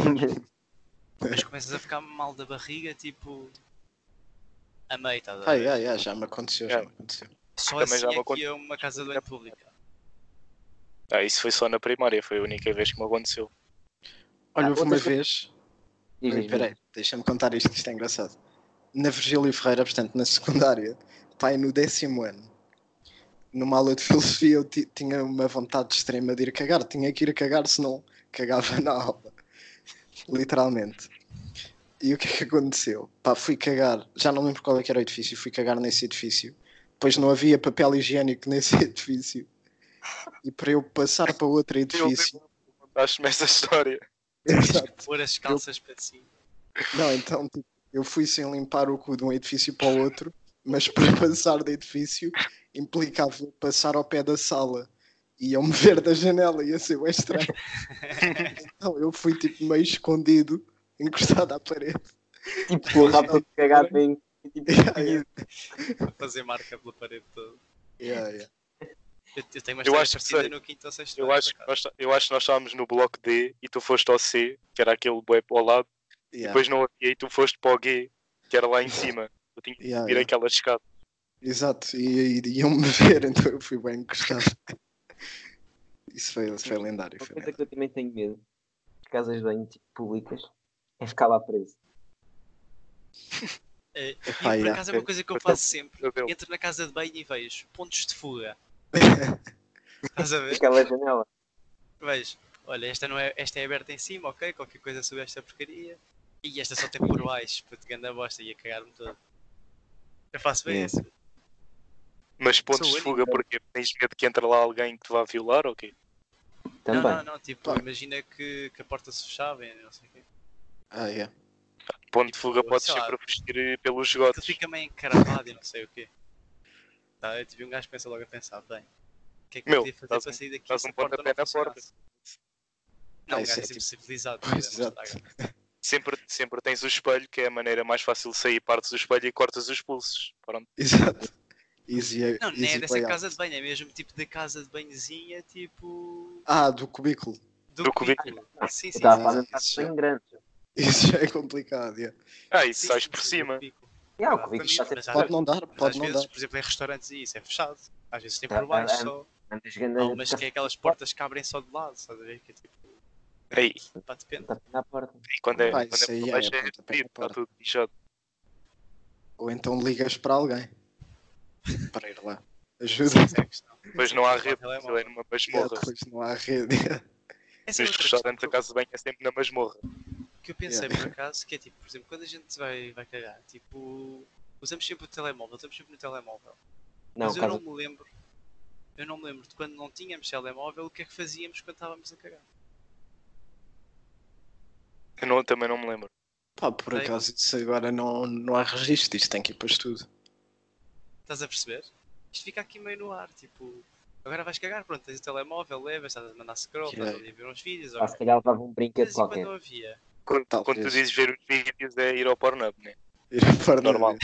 [SPEAKER 4] Mas começas a ficar mal da barriga, tipo. A meio, estás a ver?
[SPEAKER 2] Ai, ai, ai, Ah, já me aconteceu, já
[SPEAKER 3] Yeah.
[SPEAKER 2] me aconteceu.
[SPEAKER 4] Só
[SPEAKER 3] Também
[SPEAKER 4] assim
[SPEAKER 3] já me
[SPEAKER 4] é que
[SPEAKER 3] aconteceu.
[SPEAKER 4] é uma casa de banho pública.
[SPEAKER 3] Ah, isso foi só na primária, foi a única vez que me aconteceu.
[SPEAKER 2] Olha,
[SPEAKER 1] Ah,
[SPEAKER 2] houve uma
[SPEAKER 1] outra
[SPEAKER 2] vez.
[SPEAKER 1] Diz,
[SPEAKER 2] Ui,
[SPEAKER 1] diz,
[SPEAKER 2] Peraí, deixa-me contar isto, que isto é engraçado. Na Virgílio Ferreira, portanto, na secundária, pai, no décimo ano, numa aula de filosofia, eu ti- tinha uma vontade extrema de ir cagar. Tinha que ir cagar, senão cagava na aula. Literalmente. E o que é que aconteceu? Pá, fui cagar, já não lembro qual é que era o edifício, fui cagar nesse edifício. Depois não havia papel higiênico nesse edifício. E para eu passar para outro edifício.
[SPEAKER 3] Contaste-me essa história.
[SPEAKER 2] Exato.
[SPEAKER 4] Pôr as calças para cima.
[SPEAKER 2] Não, então tipo, eu fui sem limpar o cu de um edifício para o outro, mas para passar de edifício implicava eu passar ao pé da sala e eu me ver da janela ia ser bem estranho. Então eu fui tipo meio escondido, encostado à parede.
[SPEAKER 1] Tipo, com o rabo todo cagado bem. Tipo,
[SPEAKER 2] Yeah, yeah.
[SPEAKER 4] Para fazer marca pela parede toda.
[SPEAKER 2] Yeah, yeah.
[SPEAKER 4] Eu, eu tenho uma
[SPEAKER 3] Eu
[SPEAKER 4] história
[SPEAKER 3] acho que
[SPEAKER 4] parecida
[SPEAKER 3] sei.
[SPEAKER 4] no quinto ou sexto
[SPEAKER 3] Eu
[SPEAKER 4] ano,
[SPEAKER 3] acho,
[SPEAKER 4] por
[SPEAKER 3] que
[SPEAKER 4] acaso.
[SPEAKER 3] nós, eu acho que nós estávamos no bloco D e tu foste ao C, que era aquele bué para o lado,
[SPEAKER 2] Yeah,
[SPEAKER 3] depois não havia e tu foste para o G, que era lá em cima. Eu tinha que
[SPEAKER 2] Ah, yeah,
[SPEAKER 3] vir
[SPEAKER 2] yeah.
[SPEAKER 3] aquela escada.
[SPEAKER 2] Exato, e, e iam me ver, então eu fui bem encostado. Isso foi, isso foi lendário.
[SPEAKER 1] Uma
[SPEAKER 2] Foi
[SPEAKER 1] coisa
[SPEAKER 2] lendário.
[SPEAKER 1] que eu também tenho medo de casas de banho tipo, públicas é ficar lá preso.
[SPEAKER 4] Eh,
[SPEAKER 2] Epá,
[SPEAKER 4] e por
[SPEAKER 2] yeah.
[SPEAKER 4] acaso é uma coisa que eu
[SPEAKER 3] Eu
[SPEAKER 4] faço sempre.
[SPEAKER 3] Meu Deus.
[SPEAKER 4] Entro na casa de banho e vejo pontos de fuga. Estás a ver?
[SPEAKER 1] Aquela janela.
[SPEAKER 4] Vejo. Olha, esta, não é, esta é aberta em cima, ok? Qualquer coisa sobre esta porcaria. E esta só tem por baixo, para te ganhar bosta e a cagar-me todo. Eu faço bem
[SPEAKER 1] É.
[SPEAKER 4] isso.
[SPEAKER 3] Mas pontos
[SPEAKER 4] Sou
[SPEAKER 3] de
[SPEAKER 4] o
[SPEAKER 3] fuga porque tens medo que entre lá alguém que te vá violar ou quê?
[SPEAKER 1] Também.
[SPEAKER 4] Não, não, não. Tipo,
[SPEAKER 2] Claro.
[SPEAKER 4] imagina que, que a porta se fechava e não sei o quê.
[SPEAKER 2] Ah, yeah.
[SPEAKER 3] Ponto de fuga
[SPEAKER 4] Tipo,
[SPEAKER 3] podes
[SPEAKER 4] assim, sei lá.
[SPEAKER 3] sempre fugir eh, pelos
[SPEAKER 4] Que
[SPEAKER 3] esgotos.
[SPEAKER 4] fica meio encaravado e não sei o quê. Tá, eu tive um gajo que pensa logo a pensar, bem, o que é que
[SPEAKER 3] Meu,
[SPEAKER 4] eu podia fazer
[SPEAKER 3] dás
[SPEAKER 4] para
[SPEAKER 3] um-
[SPEAKER 4] sair daqui
[SPEAKER 3] dás
[SPEAKER 4] se
[SPEAKER 3] um
[SPEAKER 4] a porta
[SPEAKER 3] pontapé
[SPEAKER 4] não
[SPEAKER 3] na porta.
[SPEAKER 4] funcionasse? Não,
[SPEAKER 2] Ah,
[SPEAKER 4] um
[SPEAKER 2] isso
[SPEAKER 4] gajo
[SPEAKER 2] é
[SPEAKER 4] é sempre
[SPEAKER 2] tipo-
[SPEAKER 4] civilizado.
[SPEAKER 2] Pois,
[SPEAKER 4] mas não
[SPEAKER 2] exato. é
[SPEAKER 4] estraga.
[SPEAKER 3] Sempre, sempre tens o espelho, que é a maneira mais fácil de sair, partes o espelho e cortas os pulsos. Pronto.
[SPEAKER 2] Exato. Easy,
[SPEAKER 4] Não, não
[SPEAKER 2] easy
[SPEAKER 4] é dessa
[SPEAKER 2] way out.
[SPEAKER 4] casa de banho, é mesmo tipo da casa de banhozinha, tipo...
[SPEAKER 2] Ah, do cubículo.
[SPEAKER 4] Do
[SPEAKER 3] Do
[SPEAKER 4] cubículo. Sim, sim,
[SPEAKER 2] Tá,
[SPEAKER 1] Eu estava
[SPEAKER 4] sim.
[SPEAKER 1] a fazer um
[SPEAKER 2] isso
[SPEAKER 1] bem grande.
[SPEAKER 2] Isso já é complicado, yeah.
[SPEAKER 3] Ah, e
[SPEAKER 4] sim,
[SPEAKER 3] sais
[SPEAKER 4] sim,
[SPEAKER 3] por
[SPEAKER 4] sim, do
[SPEAKER 3] cima.
[SPEAKER 4] cubículo.
[SPEAKER 1] Yeah, é, o Covid está
[SPEAKER 4] Mas
[SPEAKER 1] sempre.
[SPEAKER 4] há-
[SPEAKER 2] Pode não dar,
[SPEAKER 4] Às
[SPEAKER 2] pode Tá, é, não
[SPEAKER 4] vezes,
[SPEAKER 2] dar.
[SPEAKER 4] por exemplo, em restaurantes e isso é fechado. Às vezes tem
[SPEAKER 1] Ah,
[SPEAKER 4] por baixo
[SPEAKER 1] ah,
[SPEAKER 4] só.
[SPEAKER 1] Andas
[SPEAKER 4] Há
[SPEAKER 1] grande
[SPEAKER 4] umas que é aquelas portas que abrem só de lado, estás a ver? Que é tipo,
[SPEAKER 3] Ei,
[SPEAKER 4] pá, depende.
[SPEAKER 1] Tá na porta.
[SPEAKER 3] e quando é,
[SPEAKER 2] Vai,
[SPEAKER 3] quando
[SPEAKER 2] isso
[SPEAKER 3] é
[SPEAKER 2] aí
[SPEAKER 3] por
[SPEAKER 2] é
[SPEAKER 3] baixo é
[SPEAKER 2] pontapé na
[SPEAKER 3] repetido, está
[SPEAKER 2] porta.
[SPEAKER 3] tudo mijado.
[SPEAKER 2] Ou então ligas para alguém para ir lá. Ajuda.
[SPEAKER 4] Essa é a questão.
[SPEAKER 3] Mas não há
[SPEAKER 4] Sim,
[SPEAKER 3] rede,
[SPEAKER 4] telemóvel.
[SPEAKER 3] ele é numa
[SPEAKER 2] Yeah,
[SPEAKER 3] masmorra.
[SPEAKER 2] depois não há rede.
[SPEAKER 4] Essa
[SPEAKER 3] Nos
[SPEAKER 4] é outra questão
[SPEAKER 3] restaurantes,
[SPEAKER 4] que
[SPEAKER 3] a
[SPEAKER 4] eu-
[SPEAKER 3] casa de banho é sempre na masmorra.
[SPEAKER 4] que eu pensei por acaso, que é tipo, por exemplo, quando a gente vai, vai cagar, tipo, usamos sempre o telemóvel, estamos sempre no telemóvel.
[SPEAKER 1] Não,
[SPEAKER 4] Mas eu
[SPEAKER 1] casa.
[SPEAKER 4] não me lembro, eu não me lembro de quando não tínhamos telemóvel, o que é que fazíamos quando estávamos a cagar.
[SPEAKER 3] Eu não- também não me lembro.
[SPEAKER 2] Pá, por
[SPEAKER 4] Sei.
[SPEAKER 2] acaso isso agora não, não há registro, isto tem que ir para estudo.
[SPEAKER 4] Estás a perceber? Isto fica aqui meio no ar, tipo, agora vais cagar, pronto, tens o telemóvel, levas, estás a mandar scroll,
[SPEAKER 2] Yeah.
[SPEAKER 4] estás ali a ver uns vídeos,
[SPEAKER 1] Ah,
[SPEAKER 4] ok.
[SPEAKER 1] se calhar levava um brinquedo
[SPEAKER 4] Mas e quando
[SPEAKER 1] qualquer.
[SPEAKER 4] não havia?
[SPEAKER 3] Quando,
[SPEAKER 2] Talvez.
[SPEAKER 3] quando tu dizes ver os vídeos é ir ao Pornhub, né?
[SPEAKER 2] Ir para
[SPEAKER 3] Normal.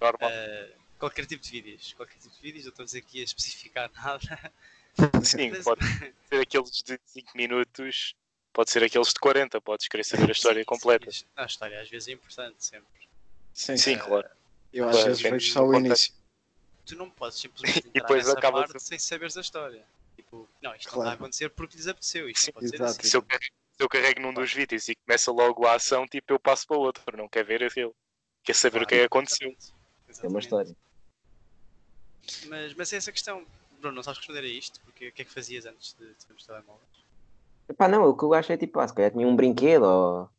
[SPEAKER 3] Normal.
[SPEAKER 4] Ah, qualquer tipo de vídeos, qualquer tipo de vídeos, não estamos aqui a especificar nada.
[SPEAKER 3] Sim,
[SPEAKER 4] mas-
[SPEAKER 3] pode ser aqueles de 5 minutos, pode ser aqueles de 40, podes querer saber a história completa.
[SPEAKER 4] Sim, não, a história às vezes é importante sempre.
[SPEAKER 2] Sim,
[SPEAKER 3] Sim,
[SPEAKER 2] sim.
[SPEAKER 3] claro. é-
[SPEAKER 2] Eu às
[SPEAKER 3] Bem,
[SPEAKER 2] vezes
[SPEAKER 3] bem,
[SPEAKER 2] vejo só o
[SPEAKER 3] conta-
[SPEAKER 2] início.
[SPEAKER 4] tu não podes simplesmente
[SPEAKER 3] E
[SPEAKER 4] entrar
[SPEAKER 3] depois
[SPEAKER 4] nessa
[SPEAKER 3] acabas
[SPEAKER 4] parte sem saberes a história. Tipo, não, isto não
[SPEAKER 2] Claro.
[SPEAKER 4] vai acontecer porque lhes apeteceu, isto
[SPEAKER 3] Sim,
[SPEAKER 4] não pode ser
[SPEAKER 2] exato.
[SPEAKER 4] assim.
[SPEAKER 3] Se eu, carrego, se eu carrego num dos vídeos e começa logo a ação, tipo, eu passo para o outro, não quer ver aquele. Quer saber o que é que aconteceu.
[SPEAKER 4] Exatamente.
[SPEAKER 1] É uma história.
[SPEAKER 4] Mas, mas é essa questão. Bruno, não sabes responder a isto? Porque o que é que fazias antes de termos telemóvel?
[SPEAKER 1] Epá, não, o que eu acho é tipo, ah, se calhar tinha um brinquedo ou.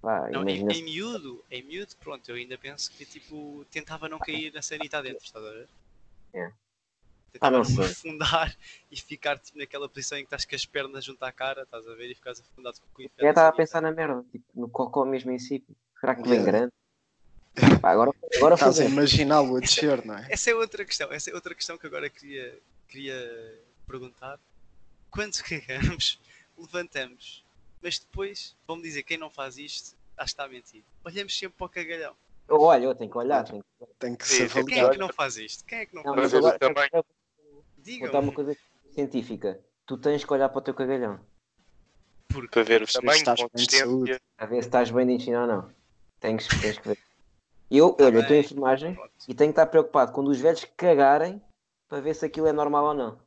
[SPEAKER 1] Pá,
[SPEAKER 4] Não, é- em,
[SPEAKER 1] imagina.
[SPEAKER 4] em miúdo, em miúdo, pronto, eu ainda penso que tipo, tentava não cair na sanita dentro, estás a ver?
[SPEAKER 1] É.
[SPEAKER 4] Tentava
[SPEAKER 1] Ah, não
[SPEAKER 4] não me
[SPEAKER 1] sei.
[SPEAKER 4] afundar e ficar tipo, naquela posição em que estás com as pernas junto à cara, estás a ver, e ficas afundado com o
[SPEAKER 1] Eu estava a pensar na merda, tipo, no cocó mesmo em si. Será que vem
[SPEAKER 2] Yeah. Tá
[SPEAKER 1] grande? Pá, agora agora
[SPEAKER 2] Estás a
[SPEAKER 1] fazer.
[SPEAKER 2] imaginá-lo a descer, não é?
[SPEAKER 4] Essa é outra questão, essa é outra questão que agora queria, queria perguntar. Quando cagamos, levantamos, mas depois vão-me dizer quem não faz isto, acho que está a mentir. Olhamos sempre para o cagalhão.
[SPEAKER 1] Eu olho, eu tenho que olhar. Tenho que...
[SPEAKER 2] Tem que se
[SPEAKER 3] Sim, sim.
[SPEAKER 4] Quem é
[SPEAKER 2] avaliar.
[SPEAKER 4] que não faz isto? Quem é que não,
[SPEAKER 1] Não,
[SPEAKER 3] Mas
[SPEAKER 4] faz
[SPEAKER 1] mas
[SPEAKER 4] isto?
[SPEAKER 3] eu
[SPEAKER 1] agora
[SPEAKER 3] também.
[SPEAKER 1] vou contar
[SPEAKER 4] Digam-me,
[SPEAKER 1] uma coisa científica. Tu tens que olhar para o teu cagalhão.
[SPEAKER 4] porque
[SPEAKER 3] Para ver o
[SPEAKER 2] Se
[SPEAKER 3] tamanho,
[SPEAKER 2] estás bem de
[SPEAKER 3] consistência.
[SPEAKER 2] saúde.
[SPEAKER 1] A ver se estás bem de ensinar ou não. Tens, tens que ver. Eu, olha, eu estou em filmagem
[SPEAKER 4] pronto,
[SPEAKER 1] e tenho que estar preocupado quando os velhos cagarem para ver se aquilo é normal ou não.
[SPEAKER 3] Pá,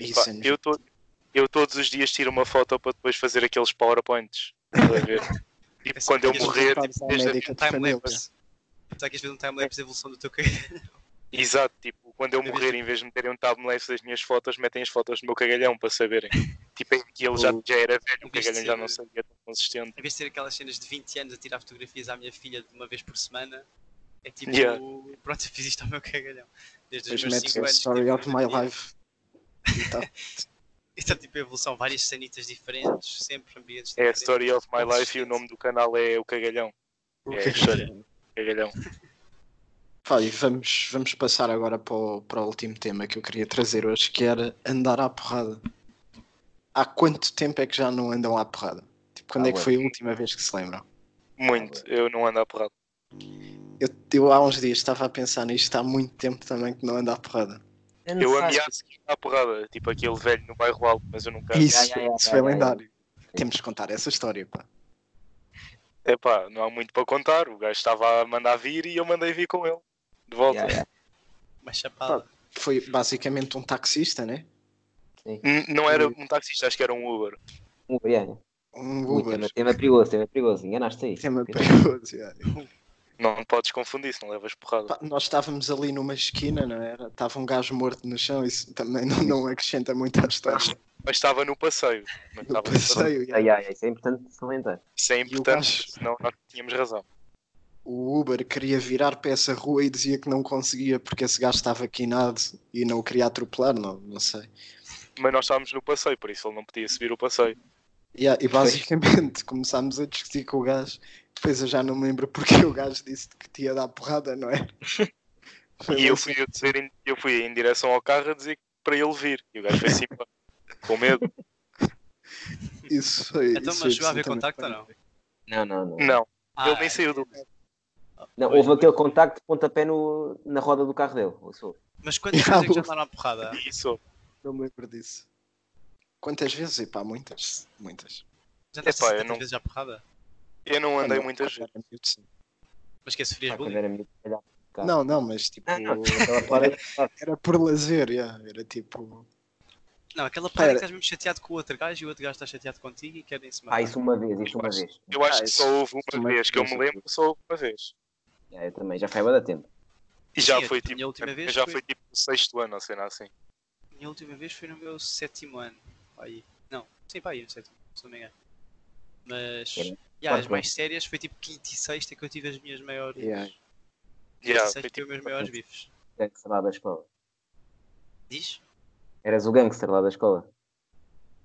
[SPEAKER 2] Isso, é
[SPEAKER 3] eu, to- eu todos os dias tiro uma foto para depois fazer aqueles PowerPoints. Estás a ver? tipo, quando eu
[SPEAKER 4] Esse
[SPEAKER 3] morrer,
[SPEAKER 2] contato
[SPEAKER 3] tipo,
[SPEAKER 2] à
[SPEAKER 3] desde a
[SPEAKER 2] médica.
[SPEAKER 4] um
[SPEAKER 2] de família.
[SPEAKER 4] timelapse. Será que ias ver um timelapse da evolução do teu cagalhão?
[SPEAKER 3] Exato, tipo, quando eu
[SPEAKER 4] Deve
[SPEAKER 3] morrer,
[SPEAKER 4] ser.
[SPEAKER 3] em vez de meterem um tablet das minhas fotos, metem as fotos do meu cagalhão para saberem. tipo, é que ele já,
[SPEAKER 2] Ou-
[SPEAKER 3] já era velho, o
[SPEAKER 4] Em vez de
[SPEAKER 3] cagalhão já
[SPEAKER 4] ser-
[SPEAKER 3] não sabia tão consistente.
[SPEAKER 4] Em vez de ser aquelas cenas de 20 anos a tirar fotografias à minha filha de uma vez por semana, é tipo,
[SPEAKER 3] Yeah.
[SPEAKER 4] pronto, eu fiz isto ao meu cagalhão. Desde os
[SPEAKER 2] Depois metes
[SPEAKER 4] meus 5
[SPEAKER 2] a
[SPEAKER 4] anos.
[SPEAKER 2] story
[SPEAKER 4] tipo,
[SPEAKER 2] of my
[SPEAKER 4] fotografia.
[SPEAKER 2] life. E tá.
[SPEAKER 4] Isto é tipo a evolução, várias sanitas diferentes, sempre ambientes
[SPEAKER 3] É a
[SPEAKER 4] diferentes.
[SPEAKER 3] Story of My Life e o nome do canal é O Cagalhão.
[SPEAKER 2] O
[SPEAKER 3] É,
[SPEAKER 2] que é que-
[SPEAKER 3] história. Cagalhão.
[SPEAKER 2] Pá, e vamos, vamos passar agora para o, para o último tema que eu queria trazer hoje, que era andar à porrada. Há quanto tempo é que já não andam à porrada? Tipo, quando
[SPEAKER 1] Ah,
[SPEAKER 2] é que
[SPEAKER 1] ué.
[SPEAKER 2] foi a última vez que se lembram?
[SPEAKER 3] Muito, eu não ando à porrada.
[SPEAKER 2] Eu, eu há uns dias estava a pensar nisto, há muito tempo também que não ando à porrada.
[SPEAKER 1] É
[SPEAKER 3] Eu
[SPEAKER 1] necessário.
[SPEAKER 3] ameaço que ando à porrada, tipo aquele velho no bairro alto, mas eu nunca.
[SPEAKER 2] Isso,
[SPEAKER 1] ai, ai, ai,
[SPEAKER 2] isso foi
[SPEAKER 1] ai, ai.
[SPEAKER 2] lendário. Temos de contar essa história, pá.
[SPEAKER 3] É pá, não há muito para contar. O gajo estava a mandar vir e eu mandei vir com ele. De volta.
[SPEAKER 1] Yeah, yeah.
[SPEAKER 4] Uma chapada.
[SPEAKER 2] Foi basicamente um taxista, né?
[SPEAKER 3] N- Não era um taxista, acho que era um Uber.
[SPEAKER 1] Um Brian.
[SPEAKER 2] Um
[SPEAKER 1] Ui,
[SPEAKER 2] Uber.
[SPEAKER 1] tema, tema perigoso, tema perigoso. Enganaste aí.
[SPEAKER 2] Tema perigoso. yeah.
[SPEAKER 3] Não podes confundir se não levas porrada.
[SPEAKER 2] Pá, Nós estávamos ali numa esquina, não era? Estava um gajo morto no chão, isso também não, não acrescenta muito à história.
[SPEAKER 3] Mas estava no passeio. Mas
[SPEAKER 2] No
[SPEAKER 3] estava no passeio.
[SPEAKER 2] passeio, yeah.
[SPEAKER 1] Ai, ai, ai, isso é importante de salientar.
[SPEAKER 3] Isso é
[SPEAKER 2] gajo-
[SPEAKER 3] importante, senão nós tínhamos razão.
[SPEAKER 2] o Uber queria virar para essa rua e dizia que não conseguia porque esse gajo estava quinado e não o queria atropelar, não, não sei.
[SPEAKER 3] Mas nós estávamos no passeio, por isso ele não podia subir o passeio.
[SPEAKER 2] Yeah, e basicamente começámos a discutir com o gajo, depois eu já não me lembro porque o gajo disse que te ia dar porrada, não é? Foi
[SPEAKER 3] E eu
[SPEAKER 2] assim.
[SPEAKER 3] fui, a dizer em- eu fui em direção ao carro a dizer para ele vir. E o gajo foi assim, pá, com medo.
[SPEAKER 2] Isso foi.
[SPEAKER 4] então,
[SPEAKER 2] isso foi
[SPEAKER 4] mas chegou a haver
[SPEAKER 2] absolutamente
[SPEAKER 4] contacto ou não?
[SPEAKER 1] Não, não, não.
[SPEAKER 3] Não,
[SPEAKER 4] Ah,
[SPEAKER 3] ele nem saiu do.
[SPEAKER 1] Não, houve aquele contacto de pontapé no, na roda do carro dele. o seu.
[SPEAKER 4] Mas quantas vezes é que já andaram à porrada?
[SPEAKER 3] Isso.
[SPEAKER 2] Não me lembro disso. Quantas vezes? Epá, muitas. Muitas.
[SPEAKER 4] Já andaste
[SPEAKER 3] Epá, eu
[SPEAKER 4] tantas
[SPEAKER 3] não-
[SPEAKER 4] vezes à porrada?
[SPEAKER 3] Eu não andei
[SPEAKER 2] Quando-
[SPEAKER 3] muitas
[SPEAKER 2] quando
[SPEAKER 3] vezes.
[SPEAKER 2] era miúdo, sim.
[SPEAKER 4] Mas que sofrias
[SPEAKER 1] Pá, quando
[SPEAKER 4] bullying?
[SPEAKER 1] era miúdo, se calhar, Tá.
[SPEAKER 2] Não, não, mas tipo.
[SPEAKER 1] Não, não, aquela parada que
[SPEAKER 2] Era por lazer, yeah. era tipo.
[SPEAKER 4] Não, aquela parada
[SPEAKER 2] Pera.
[SPEAKER 4] que estás mesmo chateado com o outro gajo e o outro gajo está chateado contigo e querem-se matar.
[SPEAKER 1] Ah, isso uma vez, isso uma
[SPEAKER 3] acho-
[SPEAKER 1] vez.
[SPEAKER 3] Eu acho
[SPEAKER 2] Ah,
[SPEAKER 3] que
[SPEAKER 2] isso-
[SPEAKER 3] só houve uma
[SPEAKER 2] também
[SPEAKER 3] vez que eu me
[SPEAKER 2] conheço.
[SPEAKER 3] lembro, só houve uma vez.
[SPEAKER 1] Yeah, eu também, já foi há bué da tempo.
[SPEAKER 3] E já
[SPEAKER 4] Sim,
[SPEAKER 3] foi
[SPEAKER 4] a
[SPEAKER 3] tipo.
[SPEAKER 4] minha última vez
[SPEAKER 3] já
[SPEAKER 4] foi-
[SPEAKER 3] foi tipo no sexto ano, ou sei lá assim.
[SPEAKER 4] A minha última vez foi no meu sétimo ano. pá, aí. Não, sim, pá, aí no sétimo, se não me engano. Mas.
[SPEAKER 1] Era-
[SPEAKER 4] yeah, as
[SPEAKER 1] Quarto
[SPEAKER 4] mais sérias foi tipo quinta e sexta que eu tive as minhas maiores.
[SPEAKER 2] Yeah.
[SPEAKER 4] quinta
[SPEAKER 3] Yeah,
[SPEAKER 4] e
[SPEAKER 3] foi
[SPEAKER 4] sexta foi
[SPEAKER 3] tipo.
[SPEAKER 4] os meus maiores bifes.
[SPEAKER 1] Gangster lá da escola.
[SPEAKER 4] Diz?
[SPEAKER 1] Eras o gangster lá da escola.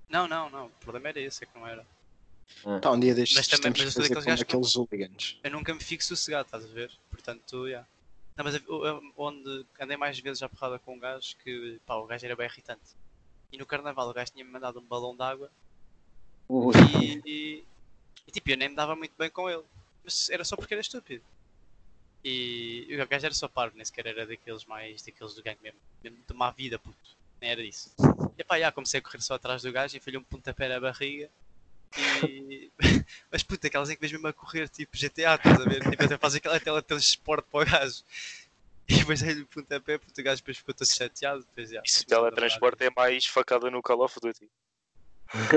[SPEAKER 4] Não, não, não. O problema era esse, é que não era.
[SPEAKER 2] Pá, um dia destes
[SPEAKER 4] Mas também-
[SPEAKER 2] temos
[SPEAKER 4] mas eu
[SPEAKER 2] que fazer
[SPEAKER 4] sou daqueles
[SPEAKER 2] como
[SPEAKER 4] gajos que-
[SPEAKER 2] aqueles hooligans.
[SPEAKER 4] Eu nunca me fico sossegado, estás a ver? Portanto, yeah. Não, mas eu- eu- onde andei mais vezes à porrada com um gajo que, pá, o gajo era bem irritante. E no carnaval o gajo tinha-me mandado um balão de água
[SPEAKER 1] Ui,
[SPEAKER 4] e, e- e, tipo, eu nem me dava muito bem com ele. Mas era só porque era estúpido. E o gajo era só parvo, nem sequer era daqueles mais, daqueles do gangue mesmo. mesmo de má vida, puto. Nem era isso. E pá, já comecei a correr só atrás do gajo e falhei um pontapé na barriga. E... Mas puta, aquelas em que vês mesmo a correr, tipo GTA, estás a ver? Tipo, até faz aquela tela de transporte para o gajo. E depois dei-lhe o pontapé, puto, o gajo depois ficou todo chateado. Depois, já,
[SPEAKER 3] Isso de
[SPEAKER 4] começou a
[SPEAKER 3] teletransporte é mais facada no Call of Duty.